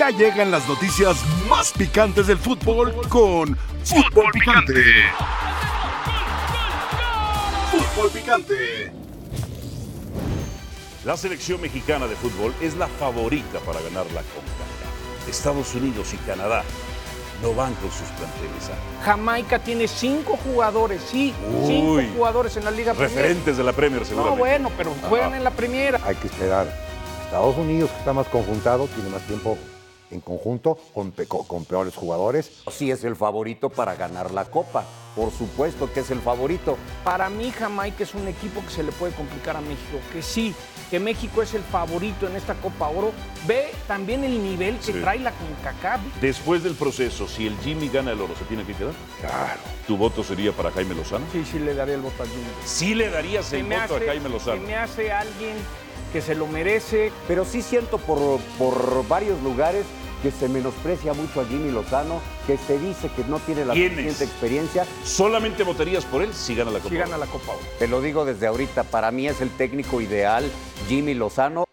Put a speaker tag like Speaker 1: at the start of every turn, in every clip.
Speaker 1: Ya llegan las noticias más picantes del fútbol con Fútbol Picante. Fútbol Picante.
Speaker 2: La selección mexicana de fútbol es la favorita para ganar la CONCACAF. Estados Unidos y Canadá no van con sus planteles. a-
Speaker 3: Jamaica tiene cinco jugadores, sí,
Speaker 2: Uy.
Speaker 3: cinco jugadores en la Liga Premier.
Speaker 2: Referentes de la Premier,
Speaker 3: No,
Speaker 2: seguramente.
Speaker 3: bueno, pero juegan
Speaker 2: Ajá.
Speaker 3: en la Primera.
Speaker 4: hay que esperar. Estados Unidos, que está más conjuntado, tiene más tiempo en conjunto, con, pe- con- con peores jugadores.
Speaker 5: Sí es el favorito para ganar la Copa. Por supuesto que es el favorito.
Speaker 3: Para mí, Jamaica es un equipo que se le puede complicar a México, que sí, que México es el favorito en esta Copa Oro. Ve también el nivel
Speaker 2: Sí.
Speaker 3: que trae la CONCACAF.
Speaker 2: Después del proceso, si el Jimmy gana el oro, ¿se tiene que quedar?
Speaker 4: Claro.
Speaker 2: ¿Tu voto sería para Jaime Lozano?
Speaker 3: Sí, sí, le daría el voto a Jimmy.
Speaker 2: Sí le darías
Speaker 3: Se
Speaker 2: el
Speaker 3: me,
Speaker 2: voto
Speaker 3: hace,
Speaker 2: a Jaime
Speaker 3: se
Speaker 2: Lozano.
Speaker 3: me hace alguien que se lo merece.
Speaker 5: Pero sí siento por, por varios lugares que se menosprecia mucho a Jimmy Lozano, que se dice que no tiene la
Speaker 2: ¿Quién
Speaker 5: suficiente
Speaker 2: es?
Speaker 5: experiencia.
Speaker 2: Solamente votarías por él si gana la Copa.
Speaker 3: Si gana
Speaker 2: Oro.
Speaker 3: la Copa Oro.
Speaker 5: Te lo digo desde ahorita, para mí es el técnico ideal, Jimmy Lozano.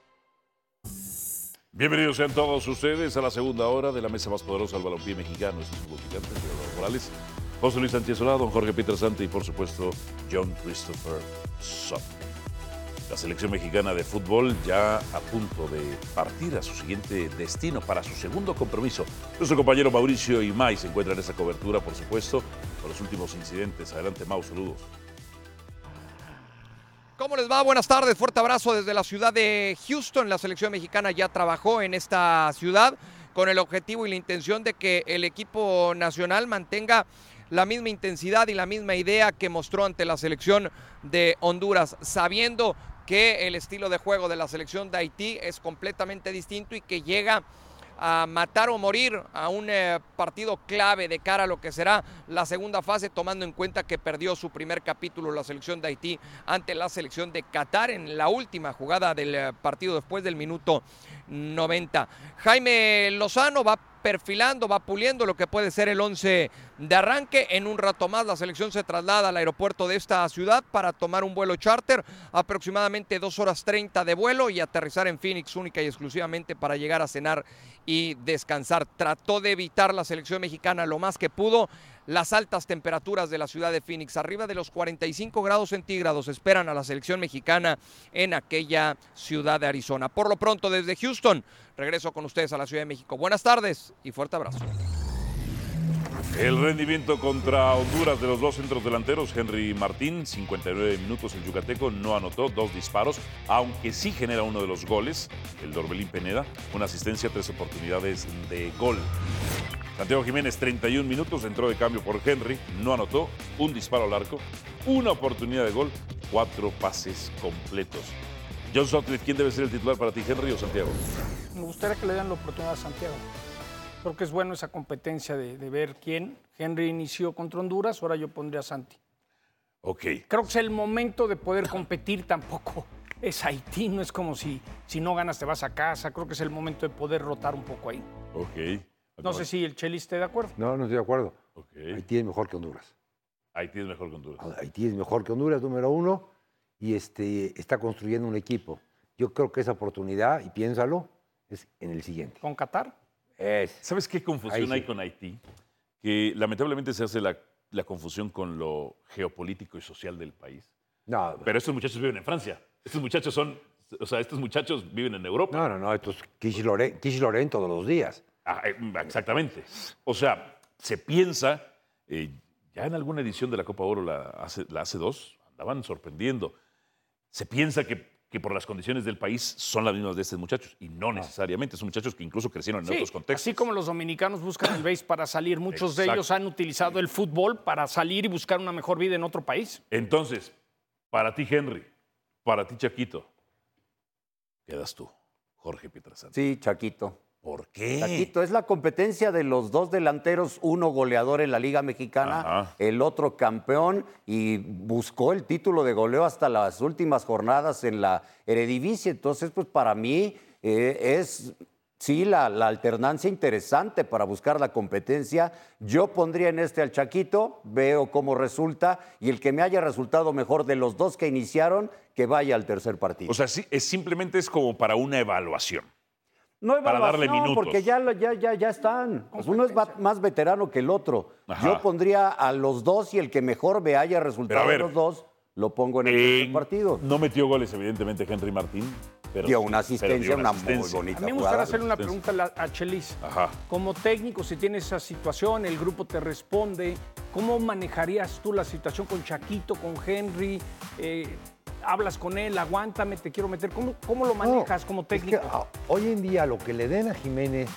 Speaker 2: Bienvenidos sean todos ustedes a la segunda hora de la mesa más poderosa del balompié mexicano. Este es Fútbol Picante, soy Álvaro Morales, José Luis Sánchez Solá, don Jorge Peter Sante y, por supuesto, John Christopher Sock. La selección mexicana de fútbol ya a punto de partir a su siguiente destino para su segundo compromiso. Nuestro compañero Mauricio Imay se encuentra en esa cobertura, por supuesto, por los últimos incidentes. Adelante, Mau, saludos.
Speaker 6: ¿Cómo les va? Buenas tardes, fuerte abrazo desde la ciudad de Houston. La selección mexicana ya trabajó en esta ciudad con el objetivo y la intención de que el equipo nacional mantenga la misma intensidad y la misma idea que mostró ante la selección de Honduras, sabiendo que el estilo de juego de la selección de Haití es completamente distinto y que llega a matar o morir a un eh, partido clave de cara a lo que será la segunda fase, tomando en cuenta que perdió su primer capítulo la selección de Haití ante la selección de Qatar en la última jugada del eh, partido después del minuto 90. Jaime Lozano va perfilando, va puliendo lo que puede ser el 11 de arranque. En un rato más la selección se traslada al aeropuerto de esta ciudad para tomar un vuelo charter, aproximadamente 2 horas 30 de vuelo y aterrizar en Phoenix única y exclusivamente para llegar a cenar y descansar. Trató de evitar la selección mexicana lo más que pudo las altas temperaturas de la ciudad de Phoenix. Arriba de los 45 grados centígrados esperan a la selección mexicana en aquella ciudad de Arizona. Por lo pronto, desde Houston, regreso con ustedes a la Ciudad de México. Buenas tardes y fuerte abrazo.
Speaker 2: El rendimiento contra Honduras de los dos centros delanteros, Henry Martín, 59 minutos, el yucateco no anotó dos disparos, aunque sí genera uno de los goles, el de Orbelín Pineda, una asistencia, tres oportunidades de gol. Santiago Jiménez, 31 minutos, entró de cambio por Henry, no anotó, un disparo al arco, una oportunidad de gol, cuatro pases completos. John Sutcliffe, ¿quién debe ser el titular para ti, Henry o Santiago?
Speaker 3: Me gustaría que le den la oportunidad a Santiago. Creo que es bueno esa competencia de, de ver quién. Henry inició contra Honduras, ahora yo pondría a Santi.
Speaker 2: Ok.
Speaker 3: Creo que es el momento de poder competir tampoco. Es Haití, no es como si, si no ganas te vas a casa. Creo que es el momento de poder rotar un poco ahí.
Speaker 2: Ok.
Speaker 3: No sé si el Chelis esté de acuerdo.
Speaker 4: No, no estoy de acuerdo.
Speaker 2: Ok.
Speaker 4: Haití es mejor que Honduras.
Speaker 2: Haití es mejor que Honduras.
Speaker 4: Haití es mejor que Honduras, número uno, y este, está construyendo un equipo. Yo creo que esa oportunidad, y piénsalo, es en el siguiente.
Speaker 3: ¿Con Qatar?
Speaker 4: Es.
Speaker 2: ¿Sabes qué confusión
Speaker 4: Ahí sí.
Speaker 2: hay con Haití? Que lamentablemente se hace la, la confusión con lo geopolítico y social del país.
Speaker 4: No,
Speaker 2: Pero estos muchachos viven en Francia. Estos muchachos son, o sea, estos muchachos viven en Europa.
Speaker 4: no, no, no, esto es Kish Loren- Kish Loren todos los días.
Speaker 2: Ah, eh, exactamente. O sea, se piensa, eh, ya en alguna edición de la Copa Oro, la hace, la hace dos, andaban sorprendiendo. Se piensa que, que por las condiciones del país son las mismas de estos muchachos, y no necesariamente. Son muchachos que incluso crecieron en
Speaker 3: Sí,
Speaker 2: otros contextos.
Speaker 3: así como los dominicanos buscan el base para salir, muchos de ellos han utilizado el fútbol para salir y buscar una mejor vida en otro país.
Speaker 2: Entonces, para ti, Henry, para ti, Chaquito, quedas tú, Jorge Pietrasanta.
Speaker 5: Sí, Chaquito.
Speaker 2: ¿Por qué?
Speaker 5: Taquito, es la competencia de los dos delanteros, uno goleador en la Liga Mexicana,
Speaker 2: Ajá.
Speaker 5: el otro campeón y buscó el título de goleo hasta las últimas jornadas en la Eredivisie. Entonces, pues para mí eh, es sí la, la alternancia interesante para buscar la competencia. Yo pondría en este al Chaquito, veo cómo resulta y el que me haya resultado mejor de los dos que iniciaron, que vaya al tercer partido.
Speaker 2: O sea, sí, es, simplemente es como para una evaluación.
Speaker 5: No hay
Speaker 2: Para darle
Speaker 5: evaluación,
Speaker 2: minutos.
Speaker 5: Porque ya, lo- ya, ya, ya están. Pues uno es va- más veterano que el otro.
Speaker 2: Ajá.
Speaker 5: Yo pondría a los dos y el que mejor me haya resultado de
Speaker 2: ver.
Speaker 5: los dos, lo pongo en el
Speaker 2: Eh,
Speaker 5: primer partido.
Speaker 2: No metió goles, evidentemente, Henry Martín. Pero
Speaker 5: Dio
Speaker 2: sí-
Speaker 5: una
Speaker 2: pero dio
Speaker 5: asistencia, una, muy
Speaker 2: asistencia.
Speaker 5: bonita
Speaker 3: A mí me
Speaker 5: jugada.
Speaker 3: gustaría hacerle una pregunta a, la- a Chelis.
Speaker 2: Ajá.
Speaker 3: Como técnico, si tienes esa situación, el grupo te responde, ¿cómo manejarías tú la situación con Chaquito, con Henry? Eh, ¿Hablas con él? Aguántame, te quiero meter. ¿Cómo, cómo lo manejas
Speaker 4: No,
Speaker 3: como
Speaker 4: es que,
Speaker 3: técnico?
Speaker 4: ah, hoy en día lo que le den a Jiménez,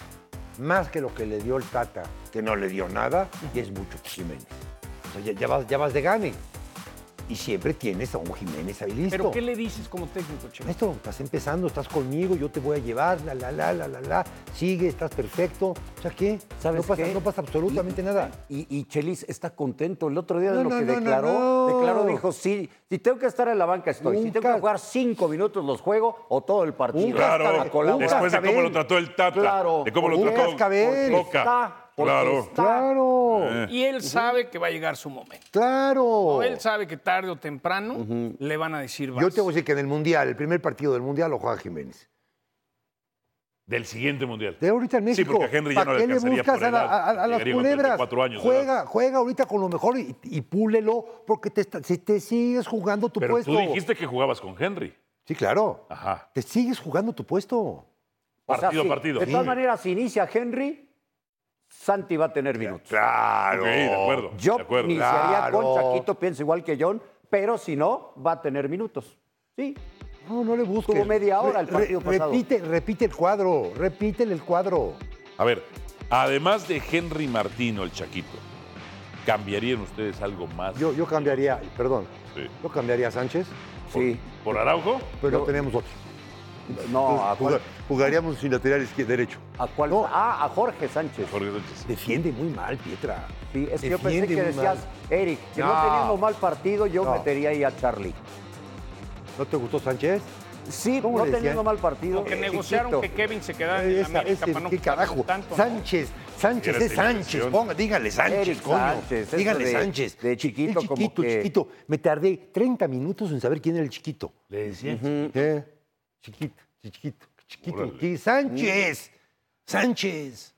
Speaker 4: más que lo que le dio el Tata, que no le dio nada, es mucho Jiménez. O sea, ya, ya vas, ya vas de gane. Y siempre tienes a un Jiménez ahí listo.
Speaker 3: ¿Pero qué le dices como técnico, Chelis?
Speaker 4: Esto, estás empezando, estás conmigo, yo te voy a llevar, la, la, la, la, la, la, sigue, estás perfecto. O sea, ¿qué?
Speaker 5: ¿Sabes
Speaker 4: no, pasa,
Speaker 5: qué?
Speaker 4: no pasa absolutamente
Speaker 5: Y-
Speaker 4: nada.
Speaker 5: Y, y Chelis está contento. El otro día de
Speaker 4: No,
Speaker 5: lo
Speaker 4: no,
Speaker 5: que
Speaker 4: no, no,
Speaker 5: declaró,
Speaker 4: no.
Speaker 5: declaró, dijo, sí, si tengo que estar en la banca estoy. Si tengo
Speaker 4: Nunca.
Speaker 5: que jugar cinco minutos los juego o todo el partido.
Speaker 4: Un
Speaker 2: Claro,
Speaker 4: cascabel,
Speaker 5: colaborar.
Speaker 2: después de cómo
Speaker 4: cascabel.
Speaker 2: lo trató el Tata,
Speaker 5: Claro,
Speaker 2: de cómo lo
Speaker 4: un
Speaker 2: trató
Speaker 4: cascabel.
Speaker 2: Coca.
Speaker 5: Está, porque
Speaker 2: claro.
Speaker 5: está.
Speaker 4: Claro,
Speaker 2: Eh.
Speaker 3: Y él sabe que va a llegar su momento.
Speaker 4: claro.
Speaker 3: Él sabe que tarde o temprano le van a decir vas.
Speaker 4: Oh. Yo te voy a decir que en el Mundial, el primer partido del Mundial lo juega Jiménez.
Speaker 2: Del siguiente mundial.
Speaker 4: De ahorita en
Speaker 2: Sí,
Speaker 4: México.
Speaker 2: porque a Henry ya
Speaker 4: ¿Para
Speaker 2: no le
Speaker 4: qué le
Speaker 2: alcanzaría
Speaker 4: buscas
Speaker 2: por
Speaker 4: a, la-
Speaker 2: edad?
Speaker 4: a- a- a las
Speaker 2: Llegaría con
Speaker 4: culebras?
Speaker 2: 34 años de
Speaker 4: juega, juega ahorita con lo mejor y, y púlelo, porque te, está- si te sigues jugando tu
Speaker 2: Pero
Speaker 4: puesto.
Speaker 2: tú dijiste que jugabas con Henry.
Speaker 4: Sí, claro.
Speaker 2: Ajá.
Speaker 4: Te sigues jugando tu puesto.
Speaker 5: O sea,
Speaker 2: Partido a
Speaker 5: sí,
Speaker 2: partido. Mm.
Speaker 5: De todas
Speaker 2: Sí.
Speaker 5: maneras, si inicia Henry, Santi va a tener minutos.
Speaker 4: Claro.
Speaker 2: Ok, de acuerdo.
Speaker 5: Yo
Speaker 2: de acuerdo.
Speaker 5: iniciaría
Speaker 4: Claro.
Speaker 5: con Chaquito, pienso igual que John, pero si no, va a tener minutos. Sí,
Speaker 4: No, no le busques.
Speaker 5: Tuvo media hora el
Speaker 4: Re-
Speaker 5: partido
Speaker 4: re-
Speaker 5: pasado.
Speaker 4: Repite, repite el cuadro, repítele el cuadro.
Speaker 2: A ver, además de Henry Martino, el Chaquito, ¿cambiarían ustedes algo más?
Speaker 4: Yo, yo cambiaría, perdón,
Speaker 2: Sí.
Speaker 4: yo cambiaría a Sánchez,
Speaker 5: sí.
Speaker 2: ¿Por Araujo?
Speaker 4: pero
Speaker 5: Yo-
Speaker 4: no tenemos otro.
Speaker 5: No, ¿a cuál?
Speaker 4: Jugar- jugaríamos sin lateral izquier- derecho.
Speaker 5: ¿A cuál?
Speaker 4: No.
Speaker 5: Ah, a Jorge Sánchez.
Speaker 2: Jorge Sánchez.
Speaker 4: Defiende muy mal, Pietra.
Speaker 5: Sí, es que yo pensé
Speaker 4: Defiende
Speaker 5: que
Speaker 4: muy mal.
Speaker 5: decías, Eric, si no,
Speaker 4: No.
Speaker 5: teníamos mal partido, yo
Speaker 4: No.
Speaker 5: metería ahí a Charlie.
Speaker 4: ¿No te gustó Sánchez?
Speaker 5: Sí,
Speaker 4: ¿Cómo
Speaker 5: no
Speaker 4: le decían?
Speaker 5: teniendo mal partido. eh,
Speaker 3: Que negociaron
Speaker 5: chiquito.
Speaker 3: que Kevin se quedara en
Speaker 4: Esa,
Speaker 3: América
Speaker 4: ese,
Speaker 3: para no
Speaker 4: qué
Speaker 3: quitarle
Speaker 4: carajo.
Speaker 3: tanto, ¿no?
Speaker 4: Sánchez, Sánchez,
Speaker 2: Era
Speaker 4: es
Speaker 2: esa
Speaker 4: Sánchez.
Speaker 2: impresión.
Speaker 4: Ponga, dígale Sánchez,
Speaker 5: Eric
Speaker 4: coño.
Speaker 5: Sánchez, eso
Speaker 4: dígale
Speaker 5: de-
Speaker 4: Sánchez.
Speaker 5: de
Speaker 4: El
Speaker 5: chiquito como
Speaker 4: chiquito,
Speaker 5: que-
Speaker 4: chiquito. Me tardé 30 minutos en saber quién era el chiquito.
Speaker 2: Le decía.
Speaker 4: Eh, Chiquito, chiquito, chiquito.
Speaker 2: Órale.
Speaker 4: Sí, Sánchez, Sánchez.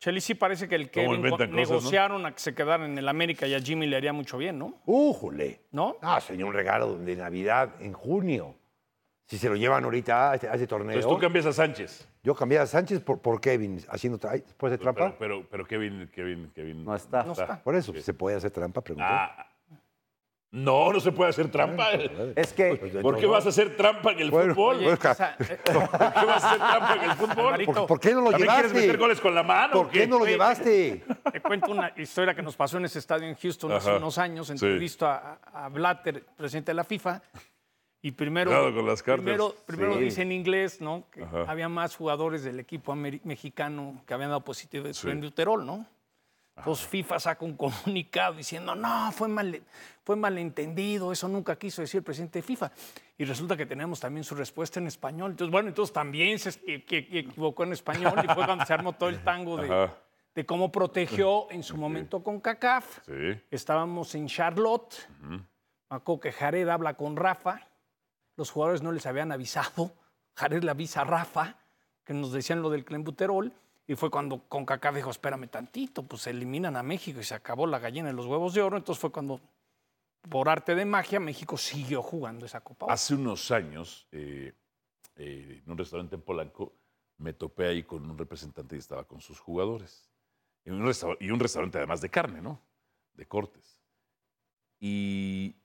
Speaker 3: Chely sí parece que el
Speaker 2: Cómo
Speaker 3: Kevin
Speaker 2: inventan
Speaker 3: co-
Speaker 2: cosas, ¿no?
Speaker 3: negociaron a que se quedara en el América y a Jimmy le haría mucho bien, ¿no?
Speaker 4: ¡Újole!
Speaker 3: ¿No?
Speaker 4: Ah, sería un regalo de Navidad en junio. Si se lo llevan ahorita a este, a este torneo.
Speaker 2: Entonces tú cambias a Sánchez.
Speaker 4: Yo cambié a Sánchez por, por Kevin, haciendo tra- ay, ¿se puede hacer trampa.
Speaker 5: pues,
Speaker 2: Pero, pero, pero Kevin, Kevin, Kevin.
Speaker 5: No está. No
Speaker 4: por eso, ¿se puede hacer trampa? Pregunté.
Speaker 2: Ah. No, no se puede hacer trampa.
Speaker 5: Es que
Speaker 2: ¿Por qué vas a hacer trampa en el
Speaker 4: Bueno,
Speaker 2: fútbol?
Speaker 4: bueno, ca-
Speaker 3: Esa- eh,
Speaker 2: ¿Por qué vas a hacer trampa en el fútbol?
Speaker 3: Alvarito,
Speaker 4: ¿por, por qué no lo
Speaker 2: ¿También
Speaker 4: llevaste?
Speaker 2: quieres meter goles con la mano? o
Speaker 4: ¿Por qué no lo
Speaker 3: Sí.
Speaker 4: llevaste?
Speaker 3: Te cuento una historia que nos pasó en ese estadio en Houston hace
Speaker 2: Ajá.
Speaker 3: unos años.
Speaker 2: Sí.
Speaker 3: Entrevisto a, a Blatter, presidente de la FIFA, y primero,
Speaker 2: Cuidado con las cartas.
Speaker 3: primero, primero
Speaker 5: Sí.
Speaker 3: dice en inglés, ¿no? Que
Speaker 2: Ajá.
Speaker 3: había más jugadores del equipo ameri- mexicano que habían dado positivo de su
Speaker 2: Sí.
Speaker 3: endoterol, ¿no? Entonces FIFA saca un comunicado diciendo, no, fue, mal, fue malentendido, eso nunca quiso decir el presidente de FIFA. Y resulta que tenemos también su respuesta en español. Entonces, bueno, entonces también se es- que- que- que equivocó en español y fue cuando se armó todo el tango de,
Speaker 2: Ajá.
Speaker 3: de cómo protegió en su momento con CACAF.
Speaker 2: Sí.
Speaker 3: Estábamos en Charlotte, me acuerdo que Jared habla con Rafa, los jugadores no les habían avisado, Jared le avisa a Rafa, que nos decían lo del clenbuterol, y fue cuando con CACAF dijo, espérame tantito, pues eliminan a México y se acabó la gallina de los huevos de oro, entonces fue cuando, por arte de magia, México siguió jugando esa Copa. Oro.
Speaker 2: Hace unos años, eh, eh, en un restaurante en Polanco, me topé ahí con un representante y estaba con sus jugadores. Y un, resta- y un restaurante además de carne, ¿no? De cortes. Y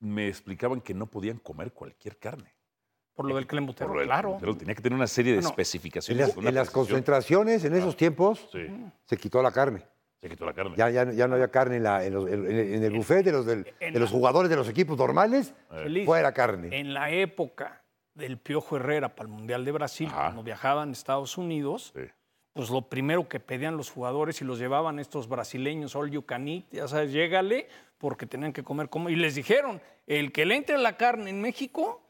Speaker 2: me explicaban que no podían comer cualquier carne.
Speaker 3: por lo del
Speaker 2: Por
Speaker 3: clenbuterol,
Speaker 2: lo del
Speaker 3: Oh, claro.
Speaker 2: clenbuterol. tenía que tener una serie de
Speaker 3: Bueno,
Speaker 4: En
Speaker 2: especificaciones.
Speaker 4: las,
Speaker 2: con una
Speaker 4: en las
Speaker 2: precisión. Ah.
Speaker 4: concentraciones, en esos tiempos,
Speaker 2: Sí,
Speaker 4: se quitó la carne.
Speaker 2: se quitó la carne.
Speaker 4: Ya, ya, ya no había carne en, la- en los- en- en el buffet de los, del-
Speaker 3: en
Speaker 4: de los
Speaker 3: la-
Speaker 4: jugadores de los equipos normales.
Speaker 2: Eh,
Speaker 3: Feliz.
Speaker 4: Fuera carne.
Speaker 3: En la época del Piojo Herrera para el Mundial de Brasil,
Speaker 2: Ajá.
Speaker 3: cuando viajaban a Estados Unidos,
Speaker 2: Sí.
Speaker 3: pues lo primero que pedían los jugadores y los llevaban estos brasileños, all you can eat, ya sabes, llégale, porque tenían que comer como. Y les dijeron, el que le entre la carne en México,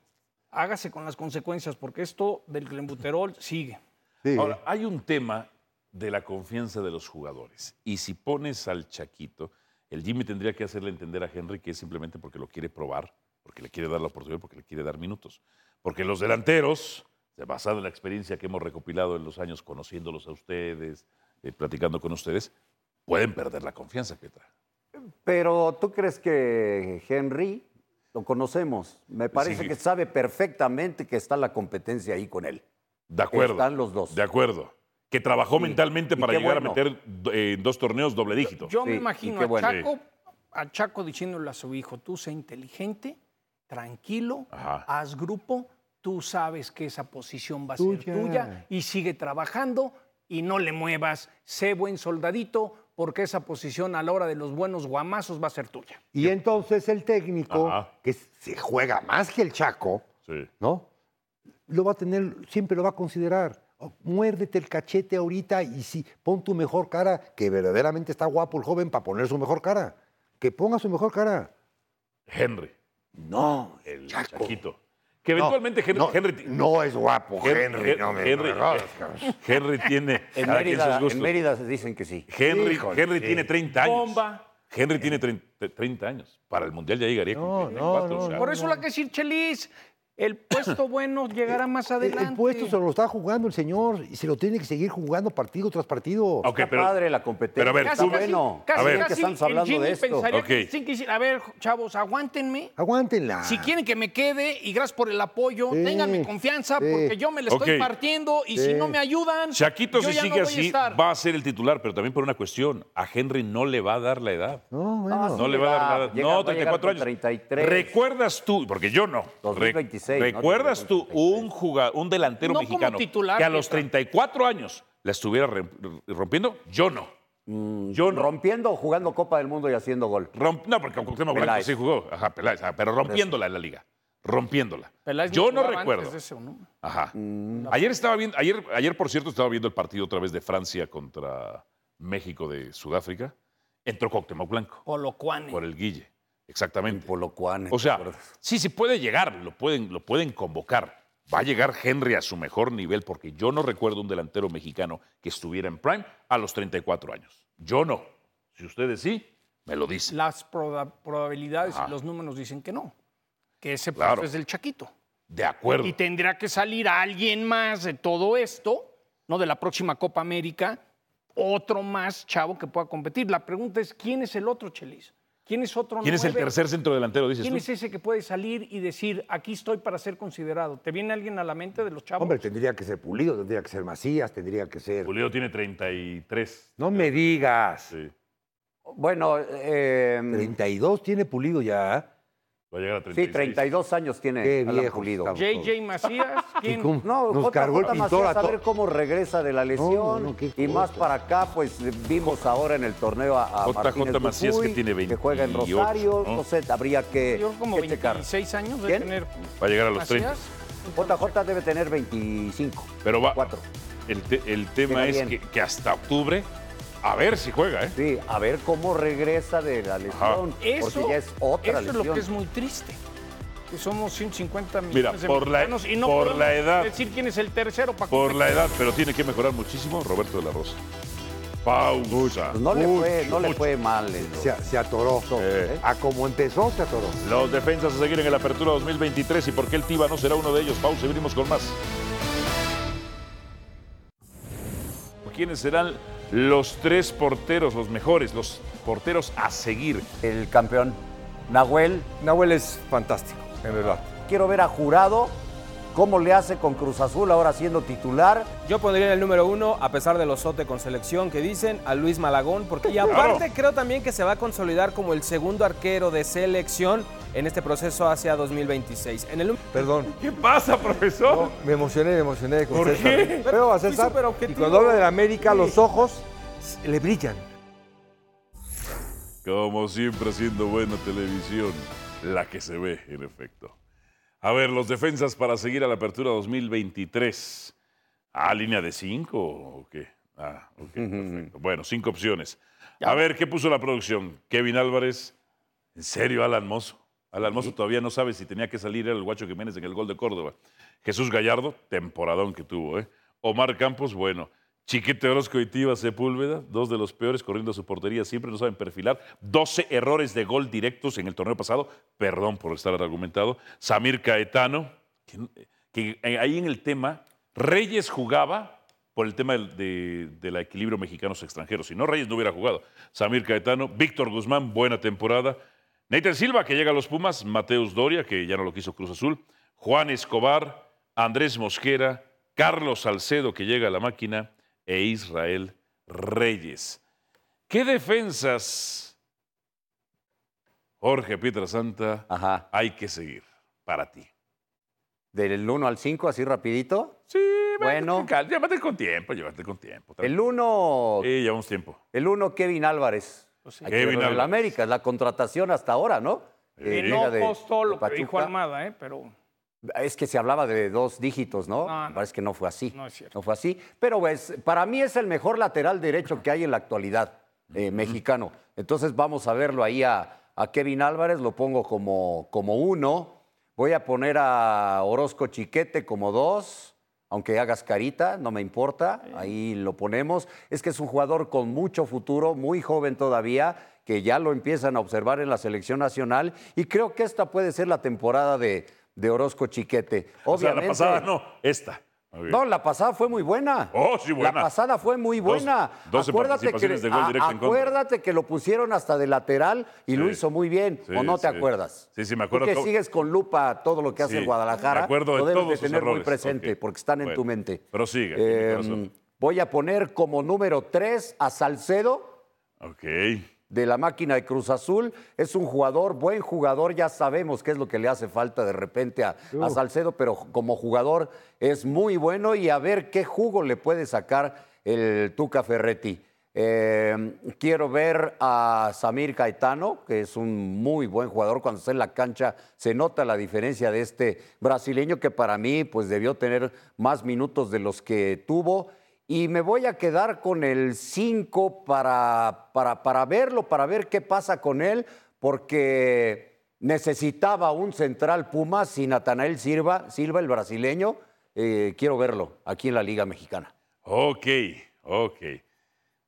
Speaker 3: hágase con las consecuencias, porque esto del clenbuterol sigue.
Speaker 4: Sí.
Speaker 2: Ahora, hay un tema de la confianza de los jugadores. Y si pones al Chaquito, el Jimmy tendría que hacerle entender a Henry que es simplemente porque lo quiere probar, porque le quiere dar la oportunidad, porque le quiere dar minutos. Porque los delanteros eh, basado en la experiencia que hemos recopilado en los años conociéndolos a ustedes, eh, platicando con ustedes, pueden perder la confianza, Pietra.
Speaker 5: Pero tú crees que Henry lo conocemos. Me parece
Speaker 2: Sí.
Speaker 5: que sabe perfectamente que está la competencia ahí con él.
Speaker 2: De acuerdo.
Speaker 5: Están los dos.
Speaker 2: De acuerdo. Que trabajó mentalmente
Speaker 5: y
Speaker 2: para
Speaker 5: qué
Speaker 2: llegar
Speaker 5: bueno.
Speaker 2: a meter do- eh, en dos torneos doble dígito.
Speaker 3: Yo me
Speaker 5: Sí, y
Speaker 3: imagino
Speaker 5: qué
Speaker 3: a,
Speaker 5: bueno.
Speaker 3: Chaco, a Chaco diciéndole a su hijo, tú sé inteligente, tranquilo,
Speaker 2: Ajá.
Speaker 3: haz grupo, tú sabes que esa posición va a
Speaker 4: Tuya.
Speaker 3: ser tuya y sigue trabajando y no le muevas, sé buen soldadito porque esa posición a la hora de los buenos guamazos va a ser tuya.
Speaker 4: Y entonces el técnico,
Speaker 2: Ajá.
Speaker 4: que se juega más que el Chaco,
Speaker 2: Sí.
Speaker 4: ¿no? Lo va a tener, siempre lo va a considerar. Oh, Muérdete el cachete ahorita y sí, pon tu mejor cara, que verdaderamente está guapo el joven para poner su mejor cara. Que ponga su mejor cara.
Speaker 2: Henry,
Speaker 4: No,
Speaker 2: el
Speaker 4: Chaco.
Speaker 2: Chaquito. Que eventualmente Henry,
Speaker 4: no,
Speaker 2: Henry,
Speaker 4: no es guapo,
Speaker 2: Hen-
Speaker 4: Henry.
Speaker 2: Hen-
Speaker 4: no me-
Speaker 2: Henry-
Speaker 4: no me jodas, cabrón.
Speaker 2: Henry tiene.
Speaker 5: En
Speaker 2: cada quien sus
Speaker 5: Mérida, en
Speaker 2: gustos.
Speaker 5: Mérida dicen que sí.
Speaker 2: Henry,
Speaker 4: Híjole,
Speaker 2: Henry
Speaker 4: sí.
Speaker 2: tiene 30 años.
Speaker 3: Bomba.
Speaker 2: Henry tiene 30, 30 años. Para el Mundial ya llegaría
Speaker 4: No,
Speaker 2: con
Speaker 4: no,
Speaker 2: 34.
Speaker 4: no,
Speaker 2: o sea,
Speaker 3: Por eso la que decir, Chelis, el puesto bueno llegará más
Speaker 4: El-
Speaker 3: adelante.
Speaker 4: El puesto se lo está jugando el señor y se lo tiene que seguir jugando partido tras partido.
Speaker 2: Ok,
Speaker 5: está
Speaker 2: pero-
Speaker 5: padre la competencia.
Speaker 2: pero a ver,
Speaker 5: está
Speaker 2: tú-
Speaker 5: bueno.
Speaker 2: casi,
Speaker 5: a ver,
Speaker 2: casi
Speaker 5: que estamos
Speaker 3: el
Speaker 5: hablando
Speaker 3: Jimmy
Speaker 5: de esto.
Speaker 3: pensaría que
Speaker 2: Ok.
Speaker 3: sí quisiera- a ver, chavos, aguántenme.
Speaker 4: Aguántenla.
Speaker 3: Si quieren que me quede y gracias por el apoyo,
Speaker 4: Ah. Sí,
Speaker 3: ténganme confianza
Speaker 4: sí.
Speaker 3: porque yo me la estoy
Speaker 2: Ok.
Speaker 3: partiendo y
Speaker 4: Sí.
Speaker 3: si no me ayudan,
Speaker 2: Chaquito,
Speaker 3: yo
Speaker 2: si
Speaker 3: ya
Speaker 2: sigue
Speaker 3: no voy a
Speaker 2: así,
Speaker 3: estar.
Speaker 2: va a ser el titular, pero también por una cuestión. A Henry no le va a dar la edad.
Speaker 4: No, bueno.
Speaker 5: Ah, sí.
Speaker 2: No le va a dar nada.
Speaker 5: Llega- va
Speaker 2: no,
Speaker 5: a llegar
Speaker 2: 34
Speaker 5: con
Speaker 2: años.
Speaker 5: 33.
Speaker 2: ¿Recuerdas tú? Porque yo no. Re-
Speaker 5: 2026, ¿no?
Speaker 2: ¿Recuerdas tú
Speaker 5: 2023.
Speaker 2: un, jugador, un delantero
Speaker 3: No como
Speaker 2: mexicano
Speaker 3: titular,
Speaker 2: que a los
Speaker 3: Pietra.
Speaker 2: 34 años la estuviera re- rompiendo? Yo no. yo no.
Speaker 5: Rompiendo, jugando Copa del Mundo y haciendo gol.
Speaker 2: Romp- no, porque con Cuauhtémoc Blanco
Speaker 5: Peláez.
Speaker 2: sí jugó. Ajá, Peláez. ajá, pero rompiéndola en la liga. Rompiéndola.
Speaker 3: Peláez
Speaker 2: yo no
Speaker 3: jugaba antes
Speaker 2: recuerdo.
Speaker 3: de eso, ¿no?
Speaker 2: Ajá. Ayer estaba viendo, ayer, ayer, por cierto, estaba viendo el partido otra vez de Francia contra México de Sudáfrica. Entró Cuauhtémoc Blanco
Speaker 3: Colocuane.
Speaker 2: por el Guille. Exactamente.
Speaker 5: Por lo cual.
Speaker 2: O sea,
Speaker 5: por-
Speaker 2: sí, sí puede llegar, lo pueden, lo pueden convocar. Va a llegar Henry a su mejor nivel, porque yo no recuerdo un delantero mexicano que estuviera en prime a los 34 años. Yo no. Si ustedes sí, me lo dicen.
Speaker 3: Las proba- probabilidades
Speaker 2: Ajá.
Speaker 3: y los números dicen que no, que ese puesto
Speaker 2: Claro.
Speaker 3: es del Chaquito.
Speaker 2: De acuerdo.
Speaker 3: Y tendrá que salir alguien más de todo esto, ¿no? De la próxima Copa América, otro más chavo que pueda competir. La pregunta es: ¿quién es el otro, Chelis? ¿Quién es otro
Speaker 2: ¿Quién es el
Speaker 3: nueve?
Speaker 2: tercer centro delantero, dices
Speaker 3: ¿Quién
Speaker 2: tú?
Speaker 3: es ese que puede salir y decir, aquí estoy para ser considerado? ¿Te viene alguien a la mente de los chavos?
Speaker 4: Hombre, tendría que ser Pulido, tendría que ser Macías, tendría que ser.
Speaker 2: Pulido tiene 33.
Speaker 4: No me digas.
Speaker 2: Sí,
Speaker 5: Bueno, eh,
Speaker 4: 32 tiene Pulido ya.
Speaker 2: va a llegar a
Speaker 5: sí,
Speaker 2: 36.
Speaker 5: 32 años tiene
Speaker 4: Qué
Speaker 5: Alan
Speaker 4: viejo
Speaker 5: Pulido.
Speaker 4: estamos.
Speaker 3: JJ Macías, ¿quién?
Speaker 4: cómo?
Speaker 5: No,
Speaker 4: Nos
Speaker 5: Jota-
Speaker 4: cargó el
Speaker 5: Jota
Speaker 4: pintor a
Speaker 5: Macías, a
Speaker 4: to-
Speaker 5: ver cómo regresa de la lesión.
Speaker 4: no, qué
Speaker 5: y más
Speaker 4: cosa.
Speaker 5: para acá, pues vimos ahora en el torneo a, a
Speaker 2: Jota-
Speaker 5: Martínez
Speaker 2: Jota Macías, que
Speaker 5: Dupuy,
Speaker 2: tiene 28,
Speaker 5: que juega en Rosario.
Speaker 2: ¿no?
Speaker 5: No sé, habría que,
Speaker 3: Yo como
Speaker 5: que checar.
Speaker 3: 26 años de
Speaker 5: ¿Quién?
Speaker 3: tener
Speaker 2: Va a llegar a los 30.
Speaker 3: Macías.
Speaker 5: JJ debe tener 25.
Speaker 2: Pero va.
Speaker 5: Cuatro.
Speaker 2: El, te- el tema
Speaker 5: Llega
Speaker 2: es que,
Speaker 5: bien.
Speaker 2: que hasta octubre, a ver si juega, ¿eh?
Speaker 5: Sí, a ver cómo regresa de la lesión.
Speaker 3: Eso,
Speaker 5: porque ya es otra
Speaker 3: eso es
Speaker 5: lesión.
Speaker 3: lo que es muy triste. Que somos 150 millones
Speaker 2: Mira,
Speaker 3: de
Speaker 2: por la-
Speaker 3: mexicanos y no
Speaker 2: por
Speaker 3: podemos
Speaker 2: la edad.
Speaker 3: decir quién es el tercero para
Speaker 2: Por la edad, pero tiene que mejorar muchísimo Roberto de la Rosa. Pausa.
Speaker 5: Pues no le fue,
Speaker 2: Mucho,
Speaker 5: no le
Speaker 2: mucho.
Speaker 5: fue mal. en lo-
Speaker 4: Se, se atoró.
Speaker 2: Eh.
Speaker 4: A como empezó, se atoró.
Speaker 2: Los defensas a seguir en el Apertura 2023 y por qué el Tiba no será uno de ellos. Pausa y venimos con más. ¿Quiénes serán los tres porteros, los mejores, los porteros a seguir?
Speaker 5: El campeón Nahuel,
Speaker 7: Nahuel es fantástico, en verdad.
Speaker 5: quiero ver a Jurado cómo le hace con Cruz Azul ahora siendo titular.
Speaker 7: Yo pondría en el número uno, a pesar del osote con selección que dicen, a Luis Malagón, porque y aparte creo también que se va a consolidar como el segundo arquero de selección en este proceso hacia 2026. En el
Speaker 8: Perdón,
Speaker 2: ¿Qué pasa, profesor?
Speaker 8: me emocioné, me emocioné con
Speaker 2: ¿Por
Speaker 8: César.
Speaker 2: qué?
Speaker 8: Veo a
Speaker 7: Fui
Speaker 8: César y
Speaker 7: superobjetivo.
Speaker 8: cuando habla de la América, los ojos le brillan.
Speaker 2: Como siempre, haciendo buena televisión, la que se ve, en efecto. A ver, los defensas para seguir a la Apertura 2023. Ah, línea de cinco o qué? Ah, ok, perfecto. Bueno, cinco opciones. A ver, ¿qué puso la producción? Kevin Álvarez. ¿En serio, Alan Mozo? Alan Mozo todavía no sabe si tenía que salir, era el Guacho Jiménez en el gol de Córdoba. Jesús Gallardo, temporadón que tuvo, ¿eh? Omar Campos, bueno. Chiquete Orozco y Tiva Sepúlveda, dos de los peores corriendo a su portería, siempre no saben perfilar. 12 errores de gol directos en el torneo pasado, perdón por estar argumentado. Samir Caetano, ¿quién, que eh, ahí en el tema, Reyes jugaba por el tema del, de- del equilibrio mexicanos-extranjeros. Si no, Reyes no hubiera jugado. Samir Caetano, Víctor Guzmán, buena temporada. Nathan Silva, que llega a los Pumas, Mateus Doria, que ya no lo quiso Cruz Azul, Juan Escobar, Andrés Mosquera, Carlos Salcedo, que llega a la máquina, e Israel Reyes. ¿Qué defensas, Jorge Pietra Santa,
Speaker 5: Ajá.
Speaker 2: hay que seguir para ti?
Speaker 5: Del 1 al 5, así rapidito.
Speaker 2: Sí,
Speaker 5: Bueno.
Speaker 2: cal- llévate con tiempo, llévate con tiempo.
Speaker 5: El 1,
Speaker 2: Sí, llevamos tiempo.
Speaker 5: el 1 Kevin Álvarez. Hay que
Speaker 2: Kevin
Speaker 5: verlo en
Speaker 2: Álvarez.
Speaker 5: la América, es la contratación hasta ahora, ¿no? Eh,
Speaker 2: Sí.
Speaker 3: no
Speaker 5: llega de-
Speaker 3: costó
Speaker 5: de
Speaker 3: lo que dijo
Speaker 5: Pachuca.
Speaker 3: Almada, ¿eh? pero
Speaker 5: Es que se hablaba de dos dígitos, ¿no?
Speaker 3: No, no.
Speaker 5: Parece que no fue así.
Speaker 3: No es cierto.
Speaker 5: No fue así. Pero pues, para mí es el mejor lateral derecho que hay en la actualidad, eh, mexicano. Entonces vamos a verlo ahí a, a Kevin Álvarez, lo pongo como, como uno. Voy a poner a Orozco Chiquete como dos, aunque hagas carita, no me importa. Ahí lo ponemos. Es que es un jugador con mucho futuro, muy joven todavía que ya lo empiezan a observar en la selección nacional y creo que esta puede ser la temporada de, de Orozco Chiquete. Obviamente,
Speaker 2: O sea, la pasada no, esta. Ok.
Speaker 5: no, la pasada fue muy buena.
Speaker 2: Oh, sí, buena.
Speaker 5: La pasada fue muy buena.
Speaker 2: doce participaciones de gol directo en contra.
Speaker 5: acuérdate que lo pusieron hasta de lateral y lo
Speaker 2: Sí.
Speaker 5: hizo muy bien.
Speaker 2: Sí,
Speaker 5: ¿O no te
Speaker 2: sí.
Speaker 5: acuerdas?
Speaker 2: Sí, sí, me acuerdo
Speaker 5: Tú que
Speaker 2: todo.
Speaker 5: sigues con lupa todo lo que hace
Speaker 2: Sí,
Speaker 5: el Guadalajara.
Speaker 2: me acuerdo de
Speaker 5: lo debes
Speaker 2: todos sus
Speaker 5: de tener muy
Speaker 2: errores.
Speaker 5: presente
Speaker 2: Ok.
Speaker 5: porque están en
Speaker 2: Bueno,
Speaker 5: tu mente. Eh, Em,
Speaker 2: prosigue, tiene razón.
Speaker 5: voy a poner como número 3 a Salcedo
Speaker 2: Ok.
Speaker 5: de la máquina de Cruz Azul. Es un jugador, buen jugador, ya sabemos qué es lo que le hace falta de repente a, a Salcedo, pero como jugador es muy bueno y a ver qué jugo le puede sacar el Tuca Ferretti. Eh, quiero ver a Samir Caetano, que es un muy buen jugador. Cuando está en la cancha se nota la diferencia de este brasileño que para mí pues debió tener más minutos de los que tuvo. Y me voy a quedar con el 5 para, para, para verlo, para ver qué pasa con él, porque necesitaba un central Puma y Natanael Silva, Silva, el brasileño. eh, quiero verlo aquí en la Liga Mexicana.
Speaker 2: Ok, ok.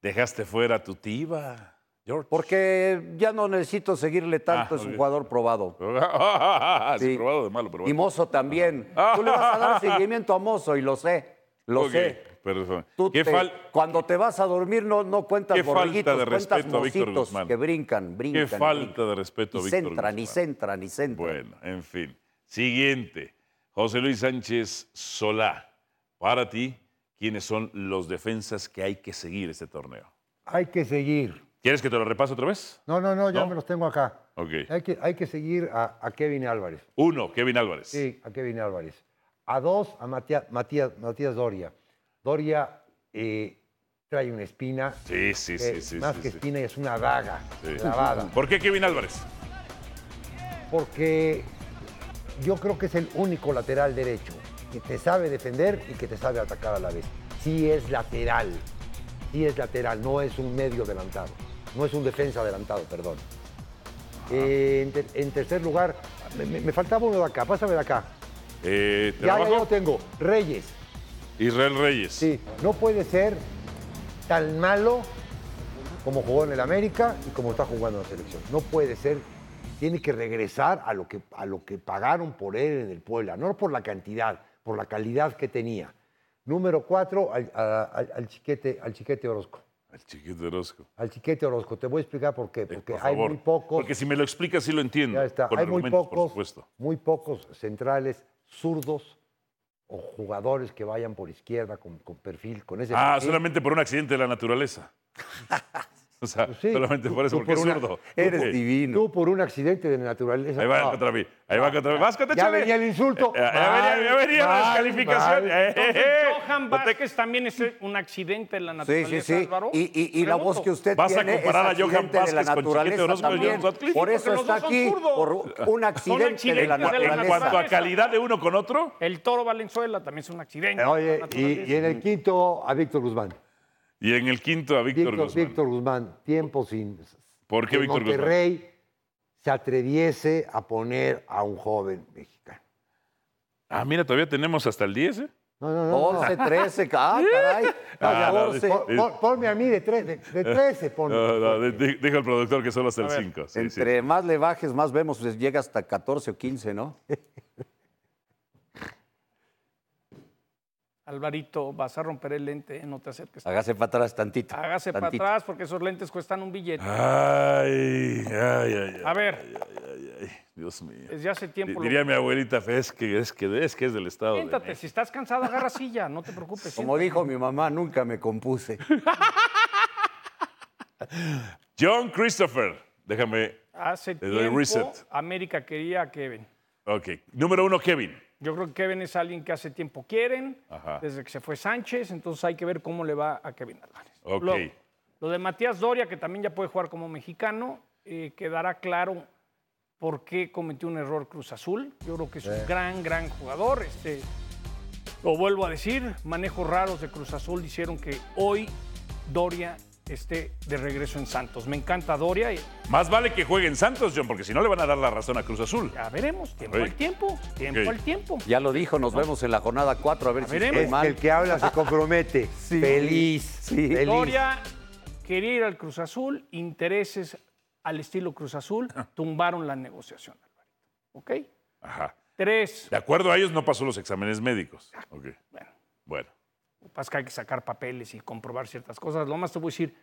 Speaker 2: Dejaste fuera a tu tiba, George.
Speaker 5: Porque ya no necesito seguirle tanto,
Speaker 2: Ah,
Speaker 5: es
Speaker 2: ok.
Speaker 5: un jugador probado.
Speaker 2: Has
Speaker 5: Sí.
Speaker 2: Ah, probado de malo, pero
Speaker 5: Y
Speaker 2: bueno.
Speaker 5: Mozo también. Tú le vas a dar seguimiento a Mozo y lo sé, lo
Speaker 2: Ok,
Speaker 5: sé.
Speaker 2: perdón.
Speaker 5: Tú
Speaker 2: ¿Qué
Speaker 5: te-
Speaker 2: fal-
Speaker 5: cuando te vas a dormir no, no cuentas
Speaker 2: Qué falta
Speaker 5: borreguitos,
Speaker 2: de
Speaker 5: cuentas
Speaker 2: respeto a Víctor
Speaker 5: mocitos
Speaker 2: Guzmán.
Speaker 5: que brincan, brincan.
Speaker 2: Qué
Speaker 5: y
Speaker 2: falta
Speaker 5: brincan.
Speaker 2: de respeto a
Speaker 5: Ni
Speaker 2: Víctor
Speaker 5: centra, ni
Speaker 2: Guzmán.
Speaker 5: centra, ni centra.
Speaker 2: Bueno, en fin. Siguiente. José Luis Sánchez Solá. Para ti, ¿quiénes son los defensas que hay que seguir este torneo?
Speaker 9: Hay que seguir.
Speaker 2: ¿Quieres que te lo repase otra vez?
Speaker 9: No, no, no, ya
Speaker 2: ¿No?
Speaker 9: me los tengo acá.
Speaker 2: Ok.
Speaker 9: Hay que, hay que seguir a, a Kevin Álvarez.
Speaker 2: Uno, Kevin Álvarez.
Speaker 9: Sí, a Kevin Álvarez. A dos, a Matia- Matías, Matías Doria. Doria eh, trae una espina.
Speaker 2: Sí, sí, sí,
Speaker 9: que
Speaker 2: sí,
Speaker 9: Eh, Más
Speaker 2: sí,
Speaker 9: que
Speaker 2: sí.
Speaker 9: espina, es una daga
Speaker 2: Sí.
Speaker 9: clavada.
Speaker 2: ¿Por qué Kevin Álvarez?
Speaker 9: Porque yo creo que es el único lateral derecho que te sabe defender y que te sabe atacar a la vez. Sí es lateral, sí es lateral, no es un medio adelantado, no es un defensa adelantado, perdón.
Speaker 5: Ah.
Speaker 9: Eh, en, ter- en tercer lugar, me, me- me faltaba uno de acá, pásame de acá.
Speaker 2: Eh, ¿te
Speaker 9: Ya, ya
Speaker 2: trabajo?
Speaker 9: lo tengo, Reyes.
Speaker 2: Israel Reyes.
Speaker 9: Sí, no puede ser tan malo como jugó en el América y como está jugando en la selección. No puede ser. Tiene que regresar a lo que, a lo que pagaron por él en el Puebla, no por la cantidad, por la calidad que tenía. Número cuatro, al, a- al- al chiquete, al chiquete Orozco.
Speaker 2: El chiquito Orozco.
Speaker 9: Al chiquete Orozco, te voy a explicar por qué.
Speaker 2: Eh,
Speaker 9: Porque
Speaker 2: por
Speaker 9: hay
Speaker 2: favor.
Speaker 9: muy pocos.
Speaker 2: Porque si me lo explicas, sí lo entiendo.
Speaker 9: Ya está.
Speaker 2: Con
Speaker 9: Hay muy
Speaker 2: argumentos, Por
Speaker 9: pocos,
Speaker 2: supuesto.
Speaker 9: muy pocos centrales zurdos o jugadores que vayan por izquierda con, con perfil, con ese
Speaker 2: Ah,
Speaker 9: perfil.
Speaker 2: solamente por un accidente de la naturaleza. o sea,
Speaker 9: Pues sí,
Speaker 2: solamente
Speaker 9: tú-
Speaker 2: por eso,
Speaker 9: tú
Speaker 2: porque
Speaker 9: por
Speaker 2: es
Speaker 9: una-
Speaker 2: zurdo.
Speaker 5: Eres
Speaker 2: Ok.
Speaker 5: divino.
Speaker 9: Tú por un accidente de naturaleza.
Speaker 2: Ahí va
Speaker 9: no.
Speaker 2: contra mí. Ahí va contra mí. Vas contra
Speaker 9: Ya
Speaker 2: Chale.
Speaker 9: venía el insulto.
Speaker 2: Eh, eh, Ya
Speaker 9: Mal,
Speaker 2: venía, ya venía la
Speaker 9: mal,
Speaker 2: descalificación.
Speaker 9: mal.
Speaker 2: Eh, eh,
Speaker 3: Entonces,
Speaker 2: eh.
Speaker 3: Johan
Speaker 2: No te-
Speaker 3: Vázquez también es un accidente de la
Speaker 5: Sí,
Speaker 3: naturaleza,
Speaker 5: sí, sí.
Speaker 3: Álvaro.
Speaker 5: Y, y- y la voz que
Speaker 3: Pregunto.
Speaker 5: usted
Speaker 2: ¿Vas a
Speaker 5: tiene es
Speaker 2: comparar a Johan
Speaker 5: accidente de la
Speaker 2: Vázquez con Chiquete
Speaker 5: naturaleza
Speaker 2: Orozco y
Speaker 5: también.
Speaker 2: John Sutcliffe?
Speaker 5: Por
Speaker 3: Porque
Speaker 5: eso
Speaker 3: los
Speaker 5: está
Speaker 3: dos son
Speaker 5: aquí,
Speaker 3: zurdos.
Speaker 5: por un accidente de
Speaker 3: accidentes
Speaker 5: la
Speaker 2: En, cua- en
Speaker 3: naturaleza.
Speaker 2: cuanto a
Speaker 5: naturaleza.
Speaker 2: calidad de uno con otro,
Speaker 3: El Toro Valenzuela también es un accidente. de
Speaker 9: Oye,
Speaker 3: la
Speaker 9: y, y en el quinto a Víctor Guzmán.
Speaker 2: y en el quinto a Víctor
Speaker 9: Víctor,
Speaker 2: Guzmán.
Speaker 9: Víctor Guzmán, tiempo sin.
Speaker 2: ¿Por qué
Speaker 9: que
Speaker 2: Víctor Guzmán?
Speaker 9: Monterrey se atreviese a poner a un joven mexicano.
Speaker 2: Ah, mira, todavía tenemos hasta el 10, ¿eh?
Speaker 9: No, no, no. no.
Speaker 5: 11, 13, ah, caray.
Speaker 2: Ah, no,
Speaker 5: 14.
Speaker 9: Pon- pon- ponme a mí de, tres, de, de 13, ponme.
Speaker 2: No, no, di- di- dijo el productor que solo hasta el
Speaker 3: A ver,
Speaker 2: 5.
Speaker 5: Entre más le bajes, más vemos, pues, llega hasta 14 o 15, ¿no?
Speaker 3: Alvarito, vas a romper el lente, no te acerques.
Speaker 5: Hágase para atrás tantito.
Speaker 3: Hágase para
Speaker 5: tantito.
Speaker 3: atrás porque esos lentes cuestan un billete.
Speaker 2: Ay, ay, ay. ay,
Speaker 3: A ver.
Speaker 2: ay, ay, ay, Dios mío.
Speaker 3: Desde hace tiempo
Speaker 2: Di-
Speaker 3: lo-
Speaker 2: Diría mi abuelita, es que es, que, es, que es del Estado. de
Speaker 3: Siéntate,
Speaker 2: México.
Speaker 3: si estás cansado, agarra silla, no te preocupes.
Speaker 5: Como
Speaker 3: siéntate.
Speaker 5: dijo mi mamá, nunca me compuse.
Speaker 2: John Christopher. Déjame.
Speaker 3: Hace
Speaker 2: Le doy
Speaker 3: tiempo
Speaker 2: reset.
Speaker 3: América quería a Kevin.
Speaker 2: Ok. Número uno, Kevin.
Speaker 3: Yo creo que Kevin es alguien que hace tiempo quieren,
Speaker 2: Ajá.
Speaker 3: desde que se fue Sánchez, entonces hay que ver cómo le va a Kevin Álvarez.
Speaker 2: Ok.
Speaker 3: Luego, lo de Matías Doria, que también ya puede jugar como mexicano, eh, quedará claro por qué cometió un error Cruz Azul. Yo creo que es
Speaker 2: Eh.
Speaker 3: un gran, gran jugador. Este, lo vuelvo a decir, manejos raros de Cruz Azul hicieron que hoy Doria esté de regreso en Santos. Me encanta Doria y
Speaker 2: Más vale que jueguen Santos, John, porque si no le van a dar la razón a Cruz Azul.
Speaker 3: ya veremos, tiempo
Speaker 2: Ok.
Speaker 3: al tiempo, tiempo
Speaker 2: Ok.
Speaker 3: al tiempo.
Speaker 5: Ya lo dijo, nos vemos en la jornada 4 a ver si
Speaker 3: veremos.
Speaker 5: estoy
Speaker 4: Es que el
Speaker 5: mal.
Speaker 4: que habla se compromete. Feliz. Feliz.
Speaker 3: Doria quería ir al Cruz Azul, intereses al estilo Cruz Azul, tumbaron la negociación, Alvarito. ¿Ok?
Speaker 2: Ajá.
Speaker 3: Tres,
Speaker 2: De acuerdo a ellos, no pasó los exámenes médicos. Ok.
Speaker 3: bueno,
Speaker 2: Bueno.
Speaker 3: pues que hay que sacar papeles y comprobar ciertas cosas. Lo más te voy a decir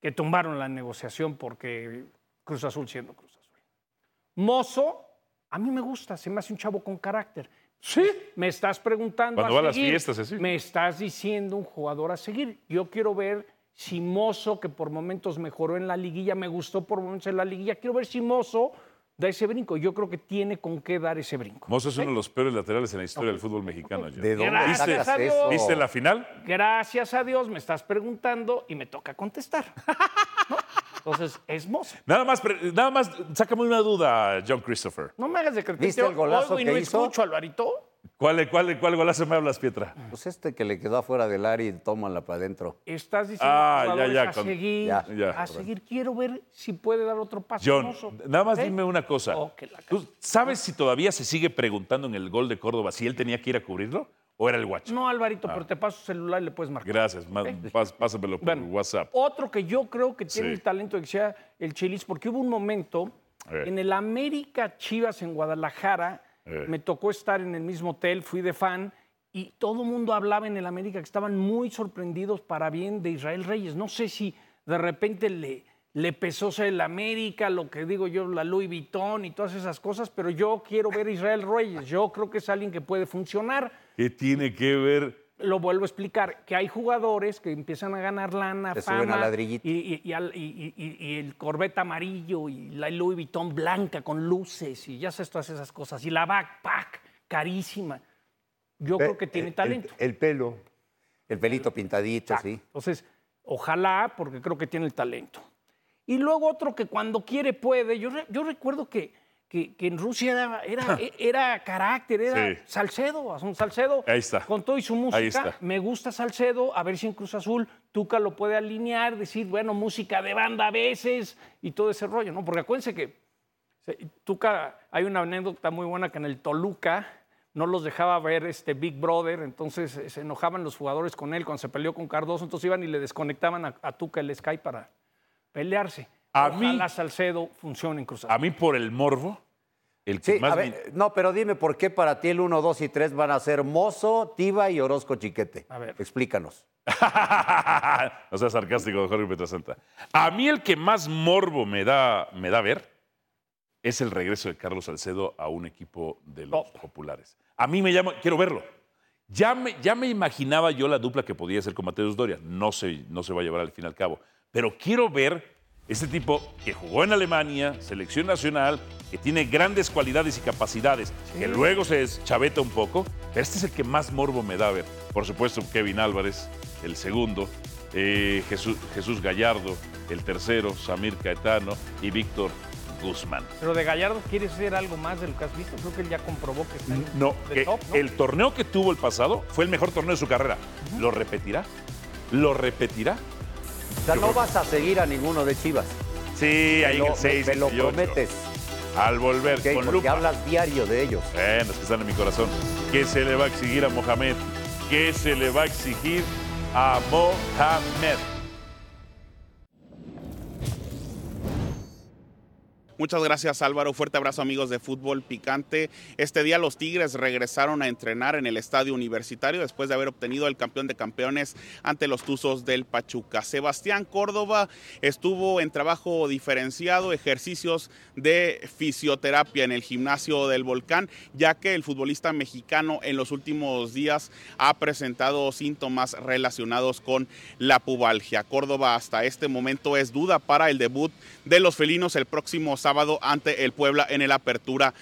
Speaker 3: que tumbaron la negociación porque Cruz Azul siendo Cruz Azul. Mozo, a mí me gusta, se me hace un chavo con carácter. Sí. Me estás preguntando.
Speaker 2: Cuando va a las
Speaker 3: seguir,
Speaker 2: fiestas, así.
Speaker 3: Me estás diciendo un jugador a seguir. Yo quiero ver si Mozo, que por momentos mejoró en la liguilla, me gustó por momentos en la liguilla, quiero ver si Mozo da ese brinco. Yo creo que tiene con qué dar ese brinco.
Speaker 2: Mozo es uno de los peores laterales en la historia del fútbol mexicano. John.
Speaker 5: ¿De dónde
Speaker 3: Gracias
Speaker 5: sacas
Speaker 3: a Dios.
Speaker 5: eso?
Speaker 2: ¿Viste la final?
Speaker 3: Gracias a Dios me estás preguntando y me toca contestar. ¿no? Entonces, es mozo.
Speaker 2: Nada más, pre- nada más, sácame una duda, John Christopher.
Speaker 3: No me hagas de que
Speaker 5: ¿Viste el golazo
Speaker 3: oigo y
Speaker 5: que
Speaker 3: no
Speaker 5: hizo?
Speaker 3: escucho, Alvarito.
Speaker 2: ¿Cuál, cuál, cuál golazo me hablas, Pietra?
Speaker 5: Pues este que le quedó afuera del área y tómala para adentro.
Speaker 3: Estás diciendo
Speaker 2: Ah, ya,
Speaker 3: jugadores
Speaker 2: ya,
Speaker 3: a
Speaker 2: con-
Speaker 3: seguir,
Speaker 5: Ya,
Speaker 2: ya.
Speaker 3: a seguir. Quiero ver si puede dar otro paso.
Speaker 2: John,
Speaker 3: Mozo.
Speaker 2: nada más
Speaker 3: ¿Eh?
Speaker 2: dime una cosa.
Speaker 3: Oh, que la
Speaker 2: ¿Tú sabes si todavía se sigue preguntando en el gol de Córdoba si él tenía que ir a cubrirlo o era el guacho?
Speaker 3: No, Alvarito,
Speaker 2: Ah.
Speaker 3: pero te paso su celular y le puedes marcar.
Speaker 2: Gracias, ma- pas- pásamelo por
Speaker 3: Bueno,
Speaker 2: WhatsApp.
Speaker 3: Otro que yo creo que tiene
Speaker 2: Sí.
Speaker 3: el talento de que sea el Chelis, porque hubo un momento
Speaker 2: A ver.
Speaker 3: en el América Chivas en Guadalajara,
Speaker 2: ver.
Speaker 3: me tocó estar en el mismo hotel, fui de fan, y todo el mundo hablaba en el América que estaban muy sorprendidos para bien de Israel Reyes. No sé si de repente le, le pesó ser el América, lo que digo yo, la Louis Vuitton y todas esas cosas, pero yo quiero ver a Israel Reyes. Yo creo que es alguien que puede funcionar
Speaker 2: ¿Qué tiene que ver?
Speaker 3: lo vuelvo a explicar, que hay jugadores que empiezan a ganar lana,
Speaker 5: Te
Speaker 3: fama,
Speaker 5: suben al ladrillito.
Speaker 3: Y, y- y al- y- y- y- y el Corvette amarillo y la Louis Vuitton blanca con luces y ya sabes todas esas cosas. Y la backpack carísima. Yo creo que
Speaker 5: eh,
Speaker 3: tiene
Speaker 4: El-
Speaker 3: talento.
Speaker 4: El, el pelo.
Speaker 5: El pelito
Speaker 3: Ah.
Speaker 5: pintadito, sí.
Speaker 3: Entonces, ojalá, porque creo que tiene el talento. Y luego otro que cuando quiere puede. Yo, re- yo recuerdo que, que- que en Rusia era, era, e- era carácter, era
Speaker 2: Sí.
Speaker 3: Salcedo, un Salcedo.
Speaker 2: Ahí está.
Speaker 3: Con todo y su música.
Speaker 2: Ahí está.
Speaker 3: Me gusta Salcedo, a ver si en Cruz Azul Tuca lo puede alinear, decir, bueno, música de banda a veces y todo ese rollo, ¿no? Porque acuérdense que se- Tuca, hay una anécdota muy buena que en el Toluca no los dejaba ver este Big Brother, entonces eh, se enojaban los jugadores con él cuando se peleó con Cardoso, entonces iban y le desconectaban a, a Tuca el Sky para pelearse.
Speaker 2: A
Speaker 3: Ojalá
Speaker 2: mí-
Speaker 3: Salcedo funcione en Cruz Azul.
Speaker 2: A mí por el morbo, el que
Speaker 5: Sí,
Speaker 2: más
Speaker 5: a
Speaker 2: me-
Speaker 5: ver, no, pero dime por qué para ti el 1, 2 y 3 van a ser Mozo, Tiba y Orozco Chiquete.
Speaker 3: A ver.
Speaker 5: Explícanos.
Speaker 2: no sea sarcástico, Jorge Petrasanta. A mí el que más morbo me da, me da ver es el regreso de Carlos Salcedo a un equipo de los populares. A mí me llama, quiero verlo. Ya me, ya me imaginaba yo la dupla que podía hacer con Mateus Doria. No se, no se va a llevar al fin y al cabo. Pero quiero ver este tipo que jugó en Alemania, selección nacional, que tiene grandes cualidades y capacidades, que luego se deschaveta un poco. Pero este es el que más morbo me da ver. Por supuesto, Kevin Álvarez, el segundo. eh, Jesús, Jesús Gallardo, el tercero, Samir Caetano y Víctor Guzmán.
Speaker 3: Pero de Gallardo, ¿quieres hacer algo más de lo que has visto? Creo que él ya comprobó que está en
Speaker 2: No,
Speaker 3: de
Speaker 2: que
Speaker 3: top, ¿no?
Speaker 2: el torneo que tuvo el pasado fue el mejor torneo de su carrera. ¿Lo repetirá? ¿Lo repetirá?
Speaker 5: O sea, no vas a seguir a ninguno de Chivas.
Speaker 2: Sí, ahí
Speaker 5: Me
Speaker 2: en
Speaker 5: lo,
Speaker 2: el 6.
Speaker 5: me lo
Speaker 2: 18.
Speaker 5: prometes,
Speaker 2: Al volver
Speaker 5: ¿ok?
Speaker 2: con
Speaker 5: porque
Speaker 2: lupa.
Speaker 5: hablas diario de ellos.
Speaker 2: Bueno, es que están en mi corazón. ¿Qué se le va a exigir a Mohamed? ¿Qué se le va a exigir a Mohamed?
Speaker 10: Muchas gracias Álvaro, fuerte abrazo amigos de Fútbol Picante. Este día los Tigres regresaron a entrenar en el Estadio Universitario después de haber obtenido el campeón de campeones ante los Tuzos del Pachuca. Sebastián Córdoba estuvo en trabajo diferenciado, ejercicios de fisioterapia en el gimnasio del Volcán, ya que el futbolista mexicano en los últimos días ha presentado síntomas relacionados con la pubalgia. Córdoba hasta este momento es duda para el debut de los felinos el próximo sábado ante el Puebla en el Apertura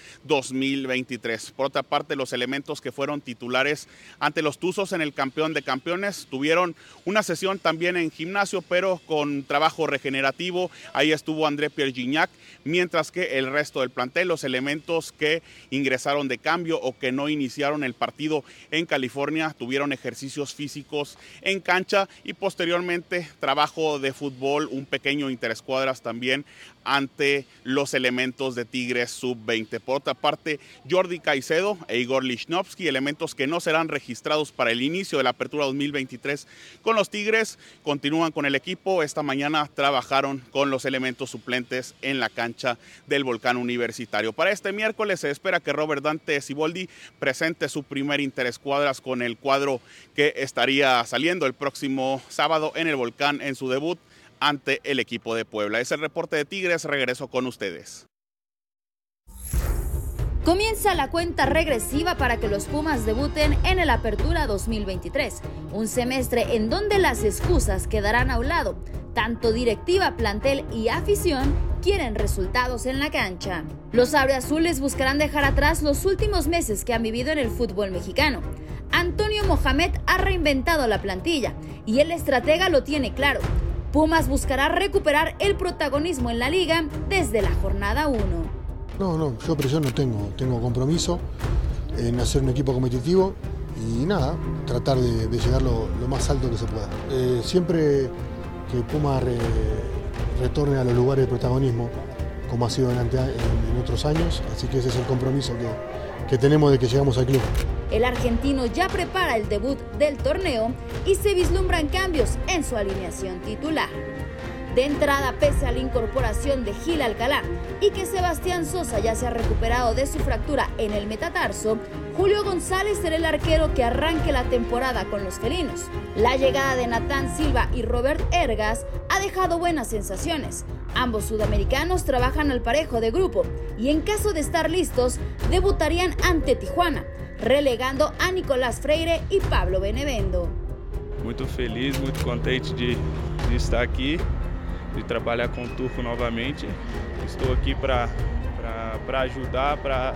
Speaker 10: 2023. Por otra parte, los elementos que fueron titulares ante los Tuzos en el Campeón de Campeones tuvieron una sesión también en gimnasio, pero con trabajo regenerativo. Ahí estuvo André Piergignac, mientras que el resto del plantel, los elementos que ingresaron de cambio o que no iniciaron el partido en California, tuvieron ejercicios físicos en cancha y posteriormente trabajo de fútbol, un pequeño interescuadras también ante los elementos de Tigres sub-20. Por otra parte, Jordi Caicedo e Igor Lichnowsky, elementos que no serán registrados para el inicio de la apertura 2023 con los Tigres, continúan con el equipo. Esta mañana trabajaron con los elementos suplentes en la cancha del Volcán Universitario. Para este miércoles se espera que Robert Dante Siboldi presente su primer interescuadras con el cuadro que estaría saliendo el próximo sábado en el Volcán en su debut ante el equipo de Puebla. Es el reporte de Tigres, regreso con ustedes.
Speaker 5: Comienza la cuenta regresiva para que los Pumas debuten en el Apertura 2023, un semestre en donde las excusas quedarán a un lado. Tanto directiva, plantel y afición quieren resultados en la cancha. Los azules buscarán dejar atrás los últimos meses que han vivido en el fútbol mexicano. Antonio Mohamed ha reinventado la plantilla y el estratega lo tiene claro. Pumas buscará recuperar el protagonismo en la liga desde la jornada 1.
Speaker 4: No, no, yo presión no tengo. Tengo compromiso en hacer un equipo competitivo y nada, tratar de, de llegar lo, lo, más alto que se pueda. Eh, siempre que Pumas re, retorne a los lugares de protagonismo, como ha sido en, en otros años, así que ese es el compromiso que, que tenemos de que llegamos al club.
Speaker 5: El argentino ya prepara el debut del torneo y se vislumbran cambios en su alineación titular. De entrada, pese a la incorporación de Gil Alcalá y que Sebastián Sosa ya se ha recuperado de su fractura en el metatarso, Julio González será el arquero que arranque la temporada con los felinos. La llegada de Natán Silva y Robert Ergas ha dejado buenas sensaciones. Ambos sudamericanos trabajan al parejo de grupo y en caso de estar listos, debutarían ante Tijuana, relegando a Nicolás Freire y Pablo Benevendo.
Speaker 11: Muy feliz, muy contente de, de estar aquí. de trabalhar com o Turco novamente. Estou aqui para ajudar, para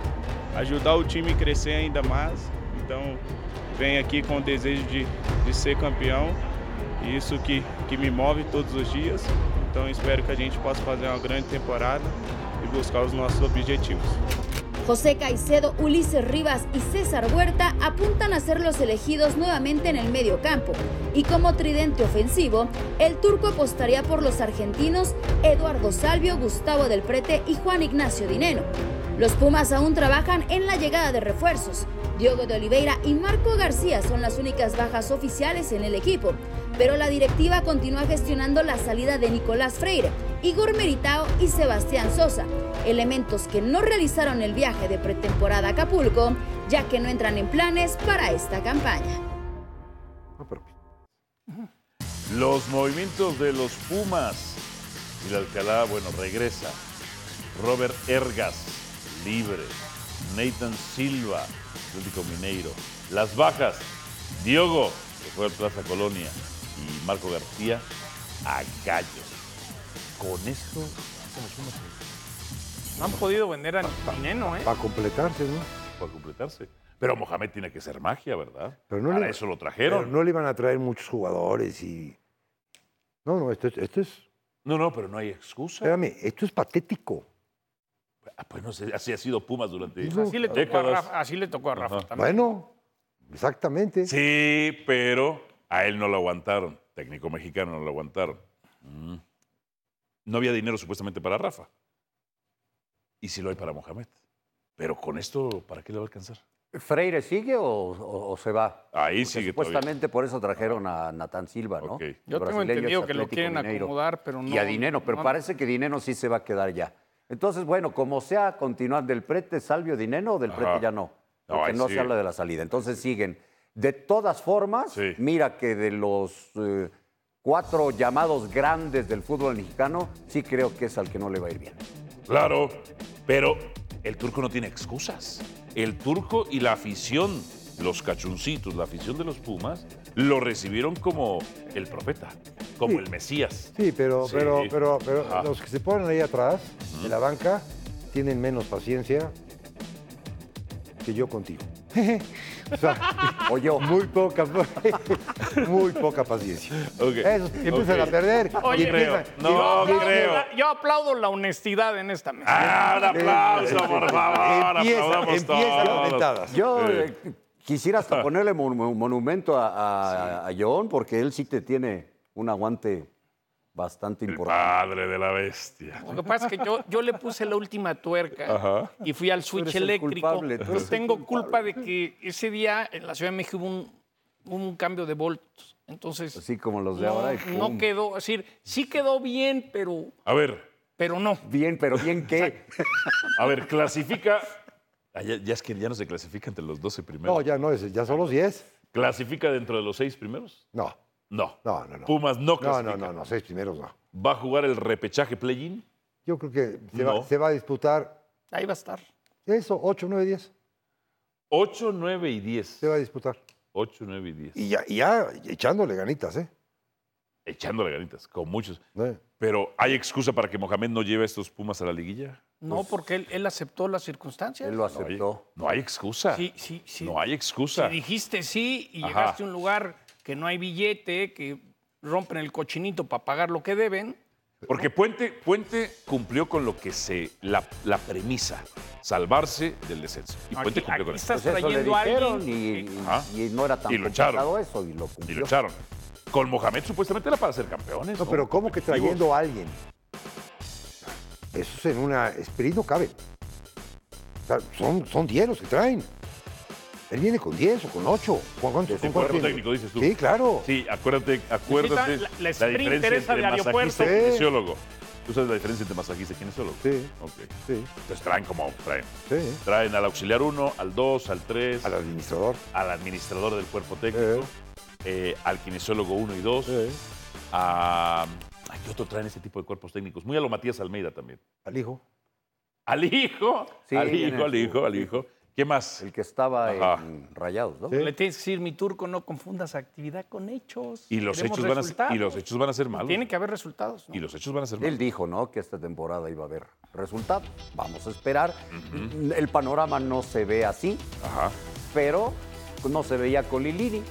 Speaker 11: ajudar o time a crescer ainda mais. Então, venho aqui com o desejo de, de ser campeão. E isso que, que me move todos os dias. Então, espero que a gente possa fazer uma grande temporada e buscar os nossos objetivos.
Speaker 5: José Caicedo, Ulises Rivas y César Huerta apuntan a ser los elegidos nuevamente en el medio campo. Y como tridente ofensivo, el turco apostaría por los argentinos Eduardo Salvio, Gustavo Del Prete y Juan Ignacio Dineno. Los Pumas aún trabajan en la llegada de refuerzos. Diogo de Oliveira y Marco García son las únicas bajas oficiales en el equipo, pero la directiva continúa gestionando la salida de Nicolás Freire, Igor Meritao y Sebastián Sosa, elementos que no realizaron el viaje de pretemporada a Acapulco, ya que no entran en planes para esta campaña.
Speaker 2: Los movimientos de los Pumas. Y la Alcalá, bueno, regresa. Robert Ergas, libre. Nathan Silva, Atlético Mineiro. Las bajas, Diogo, que fue al Plaza Colonia, y Marco García, a Gallos con esto
Speaker 3: No han podido vender a Dineno, ¿eh?
Speaker 12: Para completarse, ¿no?
Speaker 2: Para completarse. Pero Mohamed tiene que ser magia, ¿verdad?
Speaker 12: Pero no
Speaker 2: Para
Speaker 12: le,
Speaker 2: eso lo trajeron.
Speaker 12: Pero no le iban a traer muchos jugadores y. No, no, esto, es. Esto es...
Speaker 2: No, no, pero no hay excusa.
Speaker 12: Espérame, esto es patético.
Speaker 2: Ah, pues no sé, así ha sido Pumas durante
Speaker 3: pues así, le tocó a Rafa, así le tocó a Rafa Ajá. también.
Speaker 12: Bueno, exactamente.
Speaker 2: Sí, pero a él no lo aguantaron. Técnico mexicano no lo aguantaron. Mm no había dinero supuestamente para Rafa. Y si lo hay para Mohamed. Pero con esto, ¿para qué le va a alcanzar?
Speaker 13: ¿Freire sigue o, o, o se va?
Speaker 2: Ahí Porque sigue
Speaker 13: Supuestamente todavía. por eso trajeron a Natán Silva, ¿no?
Speaker 2: Okay.
Speaker 3: Yo tengo entendido que lo quieren Mineiro. acomodar, pero no.
Speaker 13: Y a Dinero, pero no. parece que Dinero sí se va a quedar ya.
Speaker 5: Entonces, bueno, como sea, continúan del prete Salvio Dineno o del
Speaker 2: Ajá.
Speaker 5: prete ya no.
Speaker 2: No,
Speaker 5: Porque
Speaker 2: ahí
Speaker 5: no
Speaker 2: sí.
Speaker 5: se habla de la salida. Entonces siguen. De todas formas, mira que de los eh, cuatro llamados grandes del fútbol mexicano, sí creo que es al que no le va a ir bien.
Speaker 2: Claro, pero el turco no tiene excusas. El turco y la afición, los cachuncitos, la afición de los Pumas, lo recibieron como el profeta, como
Speaker 9: Sí.
Speaker 2: el Mesías.
Speaker 9: Sí, pero,
Speaker 2: Sí. Ah.
Speaker 9: pero, pero, pero
Speaker 2: Ajá.
Speaker 9: los que se ponen ahí atrás de la banca tienen menos paciencia que yo contigo. o sea, muy poca, muy poca paciencia. Esos empiezan a perder. y empiezan-
Speaker 3: yo,
Speaker 9: y-
Speaker 3: aplaudo la- yo aplaudo la honestidad en esta mesa.
Speaker 2: Ah, un aplauso, por favor, Empieza- aplaudamos empieza todos. las ventadas.
Speaker 5: Yo
Speaker 2: Sí.
Speaker 5: eh, quisiera hasta ponerle mon- mon- monumento a, a, a John, porque él sí te tiene un aguante bastante importante.
Speaker 2: Padre de la bestia.
Speaker 3: Lo que pasa es que yo, yo le puse la última tuerca
Speaker 2: Ajá.
Speaker 3: y fui al switch
Speaker 2: eres el
Speaker 3: eléctrico.
Speaker 2: culpable, tú
Speaker 3: no
Speaker 2: eres el
Speaker 3: tengo culpa de que ese día en la Ciudad de México hubo un, hubo un cambio de volts. Entonces,
Speaker 2: Pues
Speaker 5: Así como los de
Speaker 3: no,
Speaker 5: ahora. y
Speaker 3: no
Speaker 5: pum.
Speaker 3: quedó. Es decir, sí quedó bien, pero,
Speaker 2: A ver,
Speaker 3: pero no.
Speaker 5: Bien, pero bien qué.
Speaker 2: a ver, clasifica. Ah, ya, ya es que ya no se clasifica entre los 12 primeros.
Speaker 9: No, ya no, es- ya son los 10.
Speaker 2: ¿Clasifica dentro de los seis primeros?
Speaker 9: No.
Speaker 2: No.
Speaker 9: No, no, no.
Speaker 2: Pumas no
Speaker 9: No,
Speaker 2: clasifica.
Speaker 9: no, no, no, seis primeros no.
Speaker 2: ¿Va a jugar el repechaje play-in?
Speaker 9: Yo creo que se, va,
Speaker 2: No.
Speaker 9: se va a disputar
Speaker 3: Ahí va a estar.
Speaker 9: eso, 8, 9, 10.
Speaker 2: 8, 9 y 10. Se
Speaker 9: va a disputar.
Speaker 2: 8, 9 y 10.
Speaker 9: Y ya, y ya echándole ganitas, ¿eh?
Speaker 2: Echándole ganitas, con muchos. Pero, ¿hay excusa para que Mohamed no lleve a estos Pumas a la liguilla?
Speaker 3: No, porque él, él aceptó las circunstancias.
Speaker 2: No hay, no hay excusa.
Speaker 3: Sí, sí, sí.
Speaker 2: No hay excusa.
Speaker 3: Si dijiste sí y
Speaker 2: Ajá.
Speaker 3: llegaste a un lugar que no hay billete, que rompen el cochinito para pagar lo que deben,
Speaker 2: Porque Puente, Puente cumplió con lo que se. La, la premisa, salvarse del descenso. Y Puente cumplió con
Speaker 3: estás
Speaker 2: eso.
Speaker 5: Pues eso le
Speaker 3: trayendo a alguien
Speaker 5: dijeron y, y-
Speaker 2: Ajá.
Speaker 5: y no era tan
Speaker 2: Ah, Y lo echaron.
Speaker 5: complicado eso y lo
Speaker 2: Y
Speaker 5: cumplió.
Speaker 2: lo echaron. Con Mohamed supuestamente era para ser campeones.
Speaker 9: No, pero ¿cómo que trayendo a alguien? Eso es en una Spirit no cabe. O sea, son, son 10 los que traen. Él viene con 10 o con 8. ¿Con cuánto-
Speaker 2: Sí,
Speaker 9: con
Speaker 2: cuerpo
Speaker 9: cuánto tiene?
Speaker 2: técnico, dices tú.
Speaker 9: Sí, claro.
Speaker 2: Sí, acuérdate, acuérdate
Speaker 3: La- la
Speaker 2: la,
Speaker 3: sprinter
Speaker 2: diferencia
Speaker 3: esa
Speaker 2: entre
Speaker 3: de aeropuerto.
Speaker 2: masajista y
Speaker 3: Sí.
Speaker 2: kinesiólogo. ¿Tú sabes la diferencia entre masajista y kinesiólogo?
Speaker 9: Sí.
Speaker 2: Ok.
Speaker 9: Sí.
Speaker 2: Entonces traen como traen.
Speaker 9: Sí.
Speaker 2: Traen al auxiliar 1, al 2, al 3. Al
Speaker 9: administrador.
Speaker 2: Al administrador del cuerpo técnico. eh, al kinesiólogo 1 y 2. A, ¿a ¿Qué otro traen este tipo de cuerpos técnicos? Muy a lo Matías Almeida también.
Speaker 9: Al hijo.
Speaker 2: Al hijo.
Speaker 5: Sí,
Speaker 2: al
Speaker 5: viene
Speaker 2: hijo, al
Speaker 5: su-
Speaker 2: hijo, al hijo. ¿Qué más?
Speaker 5: El que estaba
Speaker 2: Ajá.
Speaker 5: en Rayados, ¿no?
Speaker 3: le tienes que decir, mi turco, no confundas actividad con hechos.
Speaker 2: Y los,
Speaker 3: Queremos
Speaker 2: hechos van a, ser-
Speaker 3: resultados.
Speaker 2: y los hechos van a ser malos.
Speaker 3: Tiene que haber resultados. ¿no?
Speaker 2: Y los hechos van a ser malos.
Speaker 5: Él dijo, ¿no? Que esta temporada iba a haber resultado. Vamos a esperar. El panorama no se ve así, pero no se veía con Lilini.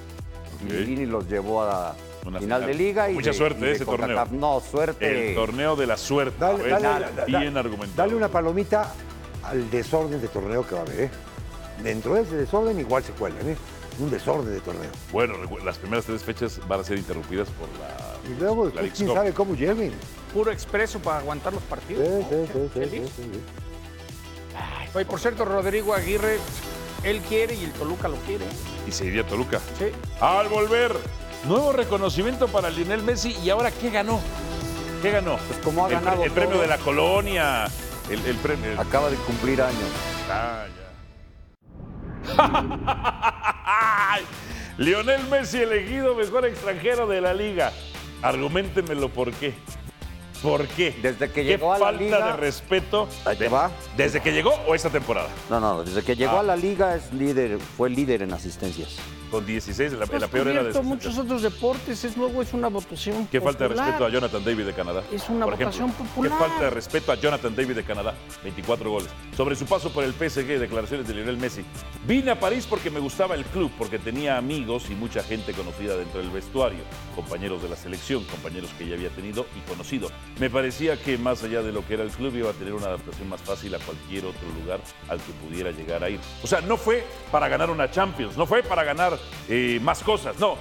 Speaker 5: Lilini los llevó a
Speaker 2: Una
Speaker 5: final de liga. Y
Speaker 2: Mucha
Speaker 5: de-
Speaker 2: suerte
Speaker 5: y de
Speaker 2: ese torneo.
Speaker 5: CONCACAF. No, suerte.
Speaker 2: El torneo de la suerte.
Speaker 9: Dale,
Speaker 2: A ver,
Speaker 9: dale, dale,
Speaker 2: bien
Speaker 9: dale.
Speaker 2: argumentado.
Speaker 9: Dale una palomita al desorden de torneo que va a haber. ¿eh? Dentro de ese desorden igual se cuelan. ¿eh? Un desorden de torneo.
Speaker 2: Bueno, recu- las primeras tres fechas van a ser interrumpidas por la.
Speaker 9: Y luego,
Speaker 2: la
Speaker 9: después,
Speaker 2: Leagues
Speaker 9: quién
Speaker 2: Cup.
Speaker 9: sabe cómo lleguen.
Speaker 3: Puro expreso para aguantar los partidos.
Speaker 9: Sí,
Speaker 3: ¿no?
Speaker 9: sí, sí, sí,
Speaker 3: Feliz.
Speaker 9: sí, sí.
Speaker 3: Oye, por cierto, Rodrigo Aguirre, él quiere y el Toluca lo quiere. Pues,
Speaker 2: Y se iría a Toluca.
Speaker 3: Sí.
Speaker 2: Al volver, nuevo reconocimiento para Lionel Messi. ¿Y ahora qué ganó? ¿Qué ganó? Pues
Speaker 5: como ha
Speaker 2: el, pre-
Speaker 5: ganado
Speaker 2: El premio
Speaker 5: todo.
Speaker 2: de la colonia. El, el premio.
Speaker 5: Acaba de cumplir años.
Speaker 2: Ah, ya. Lionel Messi elegido mejor extranjero de la liga. Argumentemelo por qué. ¿Por qué?
Speaker 5: Desde que
Speaker 2: ¿Qué
Speaker 5: llegó a la
Speaker 2: falta
Speaker 5: liga-
Speaker 2: de respeto.
Speaker 5: Ahí te va.
Speaker 2: ¿Desde que llegó o esta temporada?
Speaker 5: No, no, desde que llegó
Speaker 2: Ah.
Speaker 5: a la liga es líder, fue líder en asistencias.
Speaker 2: Con 16, la,
Speaker 3: Hemos
Speaker 2: la peor era de
Speaker 3: Pues cubierto muchos otros deportes, es luego es una votación.
Speaker 2: ¿Qué falta de
Speaker 3: popular.
Speaker 2: respeto a Jonathan David de Canadá?
Speaker 3: Es una
Speaker 2: por ejemplo.
Speaker 3: votación popular.
Speaker 2: ¿Qué falta de respeto a Jonathan David de Canadá? 24 goles. Sobre su paso por el PSG, declaraciones de Lionel Messi. Vine a París porque me gustaba el club, porque tenía amigos y mucha gente conocida dentro del vestuario, compañeros de la selección, compañeros que ya había tenido y conocido. Me parecía que más allá de lo que era el club iba a tener una adaptación más fácil a cualquier otro lugar al que pudiera llegar a ir. O sea, no fue para ganar una Champions, no fue para ganar eh, más cosas, no.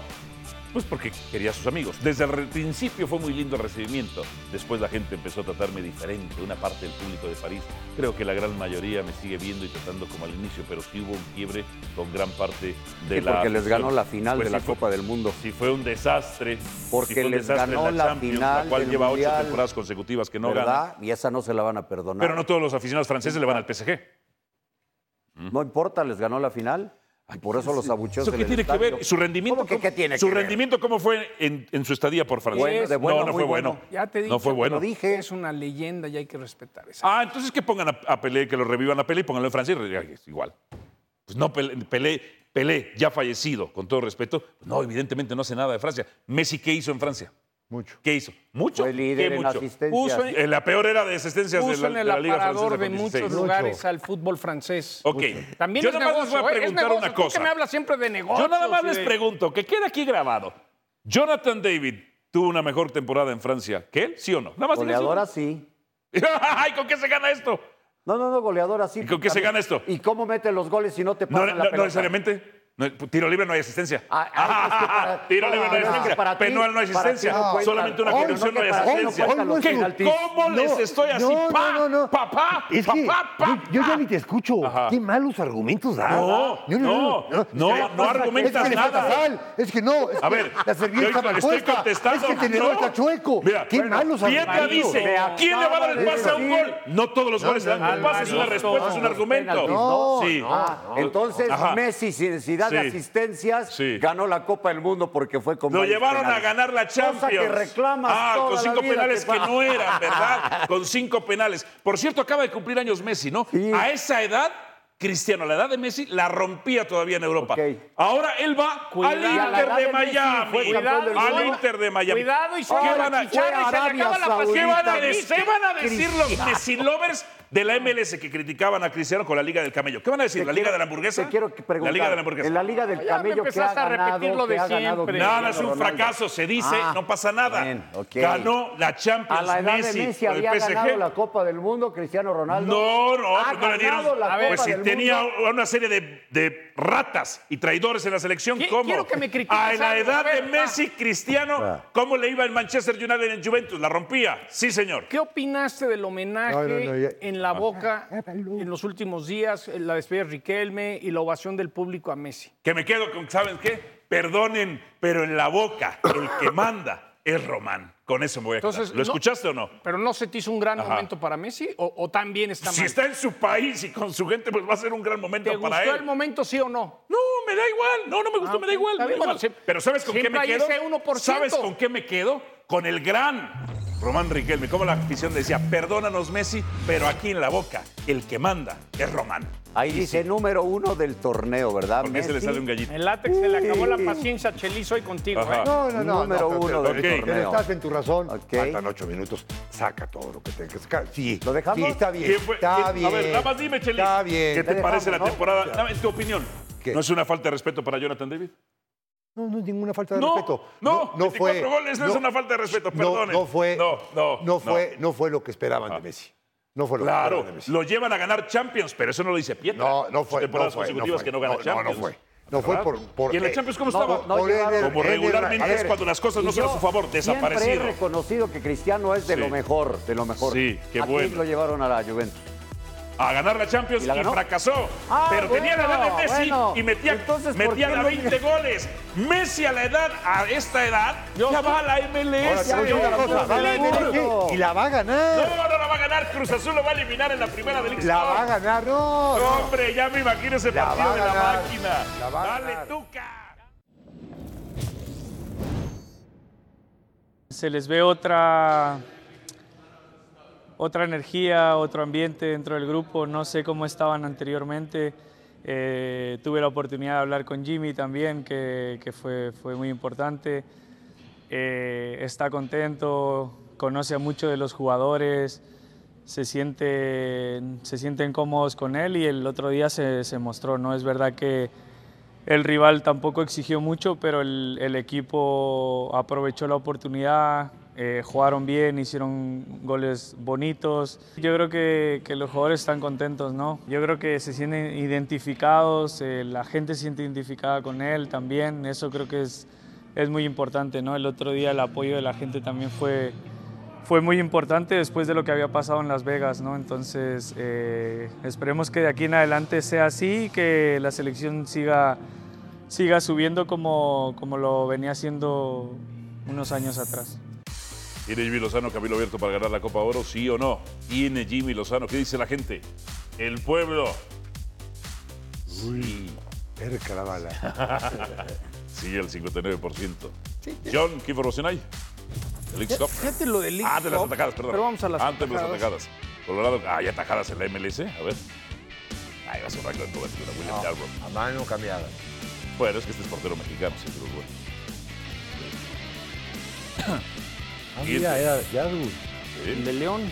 Speaker 2: Pues porque quería a sus amigos. Desde el re- principio fue muy lindo el recibimiento. Después la gente empezó a tratarme diferente. Una parte del público de París, creo que la gran mayoría me sigue viendo y tratando como al inicio, pero sí hubo un quiebre con gran parte de
Speaker 5: Sí,
Speaker 2: la.
Speaker 5: porque les ganó
Speaker 2: afición.
Speaker 5: la final
Speaker 2: Pues
Speaker 5: de la
Speaker 2: sí fue-
Speaker 5: Copa del Mundo.
Speaker 2: Sí, fue un desastre.
Speaker 5: Porque
Speaker 2: Sí fue un
Speaker 5: les
Speaker 2: desastre en
Speaker 5: ganó la
Speaker 2: Champions,
Speaker 5: final
Speaker 2: La cual
Speaker 5: del
Speaker 2: lleva ocho
Speaker 5: Mundial.
Speaker 2: temporadas consecutivas que no gana.
Speaker 5: ¿Verdad? Y esa no se la van a perdonar.
Speaker 2: Pero no todos los aficionados franceses le van al PSG.
Speaker 5: No importa, les ganó la final. Y por eso los abucheos.
Speaker 2: ¿Eso
Speaker 5: en
Speaker 2: qué
Speaker 5: el
Speaker 2: tiene que
Speaker 5: estadio.
Speaker 2: ver? ¿Su rendimiento
Speaker 5: ¿Cómo que
Speaker 2: cómo,
Speaker 5: qué tiene
Speaker 2: su
Speaker 5: que ver?
Speaker 2: rendimiento cómo fue en, en su estadía por Francia?
Speaker 5: Bueno, de bueno,
Speaker 2: no, no
Speaker 5: muy
Speaker 2: fue bueno.
Speaker 5: bueno.
Speaker 3: Ya te dije,
Speaker 2: no fue bueno.
Speaker 3: dije. Es una leyenda y hay que respetar esa.
Speaker 2: Ah, entonces que pongan a, a Pelé, que lo revivan a Pelé y pónganlo en Francia y re- ay, es igual. Pues no, Pelé, Pelé, Pelé, ya fallecido, con todo respeto. No, evidentemente no hace nada de Francia. Messi, ¿qué hizo en Francia?
Speaker 9: Mucho.
Speaker 2: ¿Qué hizo? Mucho.
Speaker 5: Fue líder
Speaker 2: ¿Qué
Speaker 5: en
Speaker 2: mucho?
Speaker 5: asistencias.
Speaker 2: Puso en- en la peor era de asistencias de
Speaker 3: Puso
Speaker 2: la,
Speaker 3: en
Speaker 2: de
Speaker 3: el
Speaker 2: la Liga
Speaker 3: aparador
Speaker 2: Francesa
Speaker 3: de
Speaker 2: con 16.
Speaker 3: muchos lugares al fútbol francés.
Speaker 2: Ok.
Speaker 3: También
Speaker 2: Yo
Speaker 3: es
Speaker 2: nada más les
Speaker 3: negocio,
Speaker 2: voy a
Speaker 3: ¿eh? Es
Speaker 2: preguntar
Speaker 3: negocio.
Speaker 2: una
Speaker 3: Tú
Speaker 2: cosa.
Speaker 3: que me hablas siempre de negocio.
Speaker 2: Yo nada más les pregunto, que queda aquí grabado. Jonathan David tuvo una mejor temporada en Francia que él, ¿sí o no? Nada más diga sí o no.
Speaker 5: Goleadora sí.
Speaker 2: ¡Ay, con qué se gana esto!
Speaker 5: No, no, no, goleadora sí.
Speaker 2: ¿Y con qué se gana esto?
Speaker 5: ¿Y cómo mete los goles si no te
Speaker 2: No,
Speaker 5: pasan
Speaker 2: no,
Speaker 5: la
Speaker 2: no
Speaker 5: pelota?
Speaker 2: necesariamente. No, tiro libre no hay asistencia.
Speaker 5: Ah, ah, es que para-
Speaker 2: tiro
Speaker 5: no,
Speaker 2: libre no hay
Speaker 5: no,
Speaker 2: asistencia.
Speaker 5: para ti-
Speaker 2: Penal no hay
Speaker 5: para ti
Speaker 2: asistencia.
Speaker 5: no cuenta.
Speaker 2: Solamente una
Speaker 5: Hoy no
Speaker 2: corrección no, hay
Speaker 5: cuenta- hoy no
Speaker 2: asistencia.
Speaker 5: cuenta los
Speaker 2: ¿Qué?
Speaker 5: penaltis.
Speaker 2: ¿Cómo
Speaker 5: No,
Speaker 2: les estoy así?
Speaker 5: no,
Speaker 2: ¡Pa!
Speaker 5: no, no.
Speaker 2: ¡Papá!
Speaker 9: Es que
Speaker 2: ¡Papá! ¡Pa!
Speaker 9: yo, yo ya ni te escucho. Qué malos argumentos das.
Speaker 2: No, no,
Speaker 9: Es
Speaker 2: no,
Speaker 9: que le
Speaker 2: no
Speaker 9: falta- es
Speaker 2: argumentas
Speaker 9: que le falta
Speaker 2: nada.
Speaker 9: sal, Es que no. Es
Speaker 2: A
Speaker 9: que
Speaker 2: ver,
Speaker 9: la servilleta
Speaker 2: estoy-
Speaker 9: mal
Speaker 2: estoy
Speaker 9: puesta, Es
Speaker 2: contestando,
Speaker 9: que el tenedor
Speaker 2: no.
Speaker 9: está chueco.
Speaker 2: Mira,
Speaker 9: Qué
Speaker 2: bueno,
Speaker 9: malos
Speaker 2: Pietra
Speaker 9: argumentos.
Speaker 2: dice, ¿quién le va a dar el pase a un gol? No todos los
Speaker 9: No,
Speaker 2: goles le
Speaker 9: no,
Speaker 2: dan el
Speaker 9: no,
Speaker 2: pase, es una
Speaker 9: no,
Speaker 2: respuesta, es un
Speaker 9: no,
Speaker 2: argumento.
Speaker 5: penaltis, no,
Speaker 2: sí.
Speaker 5: Ah, entonces
Speaker 2: Ajá.
Speaker 5: Messi sin necesidad de
Speaker 2: Sí.
Speaker 5: asistencias
Speaker 2: Sí.
Speaker 5: ganó la Copa del Mundo porque fue con
Speaker 2: Lo
Speaker 5: varios
Speaker 2: llevaron
Speaker 5: penales.
Speaker 2: a ganar la Champions.
Speaker 5: Cosa que reclamas
Speaker 2: Ah,
Speaker 5: toda
Speaker 2: con
Speaker 5: la
Speaker 2: cinco
Speaker 5: vida
Speaker 2: penales
Speaker 5: te
Speaker 2: que
Speaker 5: pa-
Speaker 2: no eran, ¿verdad? Con cinco penales. Por cierto, acaba de cumplir años Messi, ¿no? A esa edad, Cristiano, a la edad de Messi, la rompía todavía en Europa. Ahora él va al
Speaker 3: Cuidado. A la
Speaker 2: Inter
Speaker 3: edad
Speaker 2: de
Speaker 3: de Messi
Speaker 2: Miami.
Speaker 3: fue campeón del mundo.
Speaker 2: Al Inter de Miami.
Speaker 3: Cuidado y se
Speaker 2: ¿Qué
Speaker 3: acaba
Speaker 2: van a,
Speaker 3: la chicharra y se le
Speaker 5: Arabia
Speaker 3: acaba la
Speaker 5: Saudita.
Speaker 2: ¿Qué van a decir,
Speaker 5: Cristiano.
Speaker 2: qué van a decir los Messi lovers de la MLS que criticaban a Cristiano con la Liga del Camello? ¿Qué van a decir?
Speaker 5: Te
Speaker 2: ¿La Liga
Speaker 5: quiero-
Speaker 2: de la Hamburguesa?
Speaker 5: te quiero que preguntar,
Speaker 2: La Liga de la Hamburguesa.
Speaker 5: en la Liga del
Speaker 3: me
Speaker 5: Camello que ha
Speaker 3: Ah, empezaste a
Speaker 5: ganado,
Speaker 3: repetir lo
Speaker 5: que
Speaker 3: de
Speaker 5: ha ganado
Speaker 3: siempre.
Speaker 5: Cristiano
Speaker 2: Nada, es un
Speaker 5: Ronaldo.
Speaker 2: fracaso, se dice,
Speaker 5: Ah,
Speaker 2: no pasa nada.
Speaker 5: bien, ok.
Speaker 2: Ganó la Champions
Speaker 5: A la edad
Speaker 2: Messi,
Speaker 5: de Messi
Speaker 2: con el
Speaker 5: había
Speaker 2: PSG.
Speaker 5: ganado la Copa del Mundo Cristiano Ronaldo.
Speaker 2: No, no,
Speaker 5: ha
Speaker 2: pues no le dieron.
Speaker 5: ganado la
Speaker 2: A ver,
Speaker 5: Copa
Speaker 2: pues si
Speaker 5: del
Speaker 2: tenía
Speaker 5: Mundo.
Speaker 2: una serie de, de ratas y traidores en la selección,
Speaker 3: Qui-
Speaker 2: ¿cómo?
Speaker 3: quiero que me critiques
Speaker 2: A la
Speaker 3: algo,
Speaker 2: edad de
Speaker 3: Fer, va.
Speaker 2: Messi, Cristiano, ¿cómo le iba en Manchester United en Juventus? ¿La rompía? Sí, señor.
Speaker 3: ¿Qué opinaste del homenaje
Speaker 2: No, no, no, ya-
Speaker 3: en la boca en los últimos días, eh, la despedida de Riquelme y la ovación del público a Messi?
Speaker 2: Que me quedo con, ¿saben qué? Perdonen, pero en la boca, el que manda es Román. Con eso me voy a quedar.
Speaker 3: Entonces,
Speaker 2: ¿Lo
Speaker 3: no-
Speaker 2: escuchaste o no?
Speaker 3: ¿Pero no se te hizo un gran
Speaker 2: Ajá.
Speaker 3: momento para Messi o, o también está
Speaker 2: Si
Speaker 3: mal?
Speaker 2: está en su país y con su gente, pues va a ser un gran momento
Speaker 3: ¿Te
Speaker 2: para
Speaker 3: gustó
Speaker 2: él.
Speaker 3: el momento, sí o no?
Speaker 2: No, me da igual. No, no me gustó,
Speaker 3: Ah,
Speaker 2: me da igual.
Speaker 3: está
Speaker 2: me da
Speaker 3: bien,
Speaker 2: igual.
Speaker 3: bueno, sí.
Speaker 2: Pero ¿sabes con qué
Speaker 3: Siempre
Speaker 2: me
Speaker 3: hay
Speaker 2: quedo?
Speaker 3: ese 1%.
Speaker 2: ¿Sabes con qué me quedo? Con el gran Román Riquelme. Como la afición decía, perdónanos Messi, pero aquí en la boca, el que manda es Román.
Speaker 5: Ahí dice número uno del torneo,
Speaker 9: Ah,
Speaker 5: ¿verdad?
Speaker 2: Porque se le sale un gallito.
Speaker 3: El látex se le acabó la paciencia a Chelis hoy contigo.
Speaker 2: Ajá.
Speaker 3: ¿eh?
Speaker 9: No, no, no.
Speaker 5: Número
Speaker 9: no,
Speaker 5: uno
Speaker 9: pero-
Speaker 5: del
Speaker 9: pero
Speaker 5: torneo.
Speaker 9: Estás en tu razón.
Speaker 5: Ok.
Speaker 9: Faltan ocho minutos. Saca todo lo que tengas que sacar. Sí.
Speaker 5: ¿Lo dejamos?
Speaker 9: Sí, está bien.
Speaker 2: ¿Quién fue-
Speaker 9: Está
Speaker 2: quién-
Speaker 9: bien.
Speaker 2: A ver, nada más dime, Chelis.
Speaker 9: Está bien.
Speaker 2: ¿Qué te
Speaker 9: Ya
Speaker 2: parece la
Speaker 9: dejamos, ¿no?
Speaker 2: temporada?
Speaker 9: Ya.
Speaker 2: Dame, en tu opinión.
Speaker 9: ¿Qué?
Speaker 2: ¿No es una falta de respeto para Jonathan David?
Speaker 9: No, no es ninguna falta de
Speaker 2: No,
Speaker 9: respeto.
Speaker 2: no, 24 goles no es una falta de respeto,
Speaker 9: no,
Speaker 2: perdonen.
Speaker 9: No, fue,
Speaker 2: No, no, no. Ah.
Speaker 9: fue, no. fue lo que esperaban de Messi. No fue lo que
Speaker 2: Claro,
Speaker 9: esperaban de Messi.
Speaker 2: lo llevan a ganar Champions, pero eso no lo dice Pietra.
Speaker 9: No, no
Speaker 2: Sus
Speaker 9: fue.
Speaker 2: temporadas
Speaker 9: no fue,
Speaker 2: consecutivas
Speaker 9: no fue,
Speaker 2: que no gana
Speaker 9: no,
Speaker 2: Champions.
Speaker 9: No, no fue. No fue
Speaker 2: ¿verdad?
Speaker 9: por, por-
Speaker 2: ¿Y en la
Speaker 9: eh,
Speaker 2: Champions cómo
Speaker 5: no,
Speaker 2: estaba?
Speaker 5: no
Speaker 9: por
Speaker 5: llegaron.
Speaker 9: Eder-
Speaker 2: Como
Speaker 9: Eder- a
Speaker 2: regularmente
Speaker 9: ver,
Speaker 2: es cuando las cosas no
Speaker 5: Y
Speaker 2: son a
Speaker 5: yo
Speaker 2: su favor,
Speaker 5: Siempre
Speaker 2: desaparecido.
Speaker 5: he reconocido que Cristiano es de
Speaker 2: Sí.
Speaker 5: lo mejor, de lo mejor.
Speaker 2: Sí, qué
Speaker 5: Aquí
Speaker 2: bueno.
Speaker 5: lo llevaron a la Juventus.
Speaker 2: A ganar la Champions
Speaker 5: ¿Y
Speaker 2: y,
Speaker 5: la ganó?
Speaker 2: fracasó.
Speaker 5: Ah,
Speaker 2: pero tenía la edad de
Speaker 5: bueno,
Speaker 2: Messi
Speaker 5: bueno.
Speaker 2: y metía,
Speaker 5: Entonces, ¿por
Speaker 2: metía
Speaker 5: qué
Speaker 2: a
Speaker 5: no-
Speaker 2: 20 goles. Messi a la edad, a esta edad, ya va a la
Speaker 9: Ahora,
Speaker 2: MLS.
Speaker 9: te voy a decir una
Speaker 2: Yo
Speaker 9: cosa,
Speaker 2: no
Speaker 9: va a
Speaker 2: le
Speaker 9: ganar
Speaker 2: digo.
Speaker 9: Messi Y la va a ganar.
Speaker 2: No, no la va a ganar. Cruz Azul lo va a eliminar en la primera del
Speaker 9: La va a ganar. No, no.
Speaker 2: Hombre, ya me imagino ese
Speaker 9: La va
Speaker 2: partido
Speaker 9: a
Speaker 2: de la
Speaker 9: ganar.
Speaker 2: máquina.
Speaker 9: La va a
Speaker 2: Dale,
Speaker 9: ganar.
Speaker 2: Tuca.
Speaker 11: Se les ve otra, otra energía, otro ambiente dentro del grupo. No sé cómo estaban anteriormente. Eh, tuve la oportunidad de hablar con Jimmy también, que, que fue, fue muy importante. Eh, está contento, conoce a muchos de los jugadores, se sienten, se sienten cómodos con él y el otro día se, se mostró. No es verdad que, el rival tampoco exigió mucho, pero el, el equipo aprovechó la oportunidad, eh, jugaron bien, hicieron goles bonitos. Yo creo que, que los jugadores están contentos, ¿no? Yo creo que se sienten identificados, eh, la gente se siente identificada con él también, eso creo que es es muy importante. ¿no? El otro día el apoyo de la gente también fue, fue muy importante después de lo que había pasado en Las Vegas. ¿no? Entonces eh, esperemos que de aquí en adelante sea así y que la selección siga, siga subiendo como, como lo venía haciendo unos años atrás.
Speaker 2: ¿Tiene Jimmy Lozano Camilo Abierto para ganar la Copa Oro? ¿Sí o no? ¿Tiene Jimmy Lozano? ¿Qué dice la gente? El pueblo.
Speaker 4: Uy, cerca la bala.
Speaker 2: sí, el 59%. John, ¿qué información hay? ¿El Leagues Cup?
Speaker 3: Fíjate lo del
Speaker 2: Ah, de las
Speaker 3: Cup,
Speaker 2: atacadas, perdón.
Speaker 3: pero vamos a las
Speaker 2: Antes de las
Speaker 3: atajadas.
Speaker 2: atajadas. Colorado, ah, hay atajadas en la MLS, a ver. Ahí va a ser una gran cobertura, William Yarbrough.
Speaker 4: A mano cambiada.
Speaker 2: Bueno, es que este es portero mexicano, siempre los buenos.
Speaker 4: Ah, mira, era
Speaker 2: este.
Speaker 4: Yarbrough.
Speaker 2: El
Speaker 3: de León.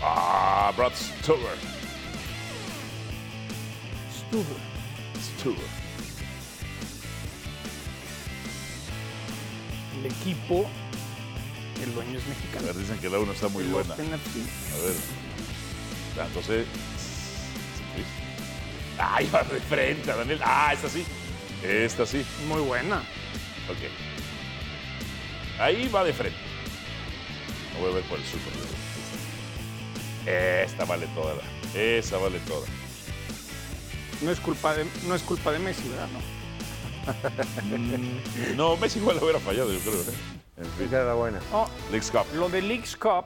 Speaker 2: Ah, Brad Stewart.
Speaker 3: Estuvo.
Speaker 2: Stewart.
Speaker 3: El equipo, el dueño es
Speaker 2: A
Speaker 3: mexicano.
Speaker 2: ver, dicen que la 1 está muy
Speaker 3: El
Speaker 2: buena. A
Speaker 3: Austin FC.
Speaker 2: ver. Ah, Entonces. Ay, va de frente, Daniel. Ah, esta sí. Esta sí.
Speaker 3: Muy buena.
Speaker 2: Ok. Ahí va de frente. No voy a ver por el super. Esta vale toda. la- Esa vale toda.
Speaker 3: No es culpa de, no es culpa de Messi, ¿verdad? No.
Speaker 2: Mm, no, Messi igual hubiera fallado, yo creo. ¿eh? En fin.
Speaker 4: Esa era buena.
Speaker 3: Oh,
Speaker 2: Leagues Cup.
Speaker 3: Lo de Leagues Cup,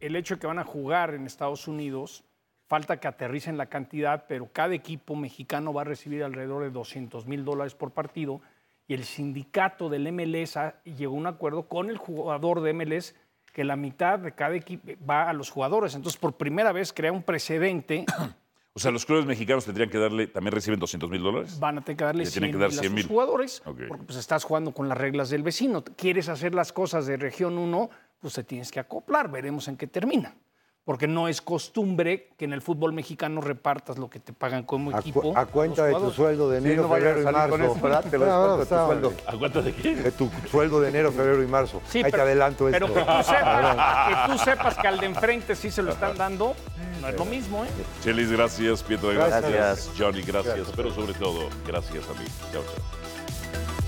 Speaker 3: el hecho de que van a jugar en Estados Unidos, falta que aterricen la cantidad, pero cada equipo mexicano va a recibir alrededor de 200 mil dólares por partido. Y el sindicato del MLS ha- llegó a un acuerdo con el jugador de MLS que la mitad de cada equipo va a los jugadores. Entonces, por primera vez crea un precedente,
Speaker 2: O sea, los clubes mexicanos tendrían que darle. ¿También reciben 200 mil dólares?
Speaker 3: van a tener que darle
Speaker 2: Le
Speaker 3: 100
Speaker 2: tienen
Speaker 3: mil
Speaker 2: que dar
Speaker 3: a
Speaker 2: 100
Speaker 3: sus
Speaker 2: mil.
Speaker 3: jugadores,
Speaker 2: Ok.
Speaker 3: porque pues, estás jugando con las reglas del vecino. Quieres hacer las cosas de región 1, pues te tienes que acoplar, veremos en qué termina. Porque no es costumbre que en el fútbol mexicano repartas lo que te pagan como
Speaker 4: A, cu-
Speaker 3: equipo.
Speaker 4: a cuenta
Speaker 3: los
Speaker 4: de tu
Speaker 3: jugadores.
Speaker 4: sueldo de
Speaker 3: Sí,
Speaker 4: enero,
Speaker 3: no vayas a
Speaker 4: febrero y
Speaker 3: salir
Speaker 4: marzo.
Speaker 3: con eso, ¿verdad? Te lo
Speaker 4: No,
Speaker 3: descuento de
Speaker 4: no,
Speaker 3: tu
Speaker 4: está-
Speaker 3: sueldo.
Speaker 2: ¿A cuánto de qué?
Speaker 4: De tu sueldo de enero, febrero y marzo.
Speaker 3: Sí,
Speaker 4: Ahí
Speaker 3: pero-
Speaker 4: te adelanto
Speaker 3: pero
Speaker 4: esto.
Speaker 3: que tú, sepas,
Speaker 4: Perdón.
Speaker 3: que tú sepas que al de enfrente sí se lo están dando, no es lo mismo, ¿eh?
Speaker 2: Chelis, gracias. Pietro, gracias.
Speaker 3: Gracias.
Speaker 2: Johnny, gracias.
Speaker 3: Gracias.
Speaker 2: Pero sobre todo, gracias a mí. Chao, chao.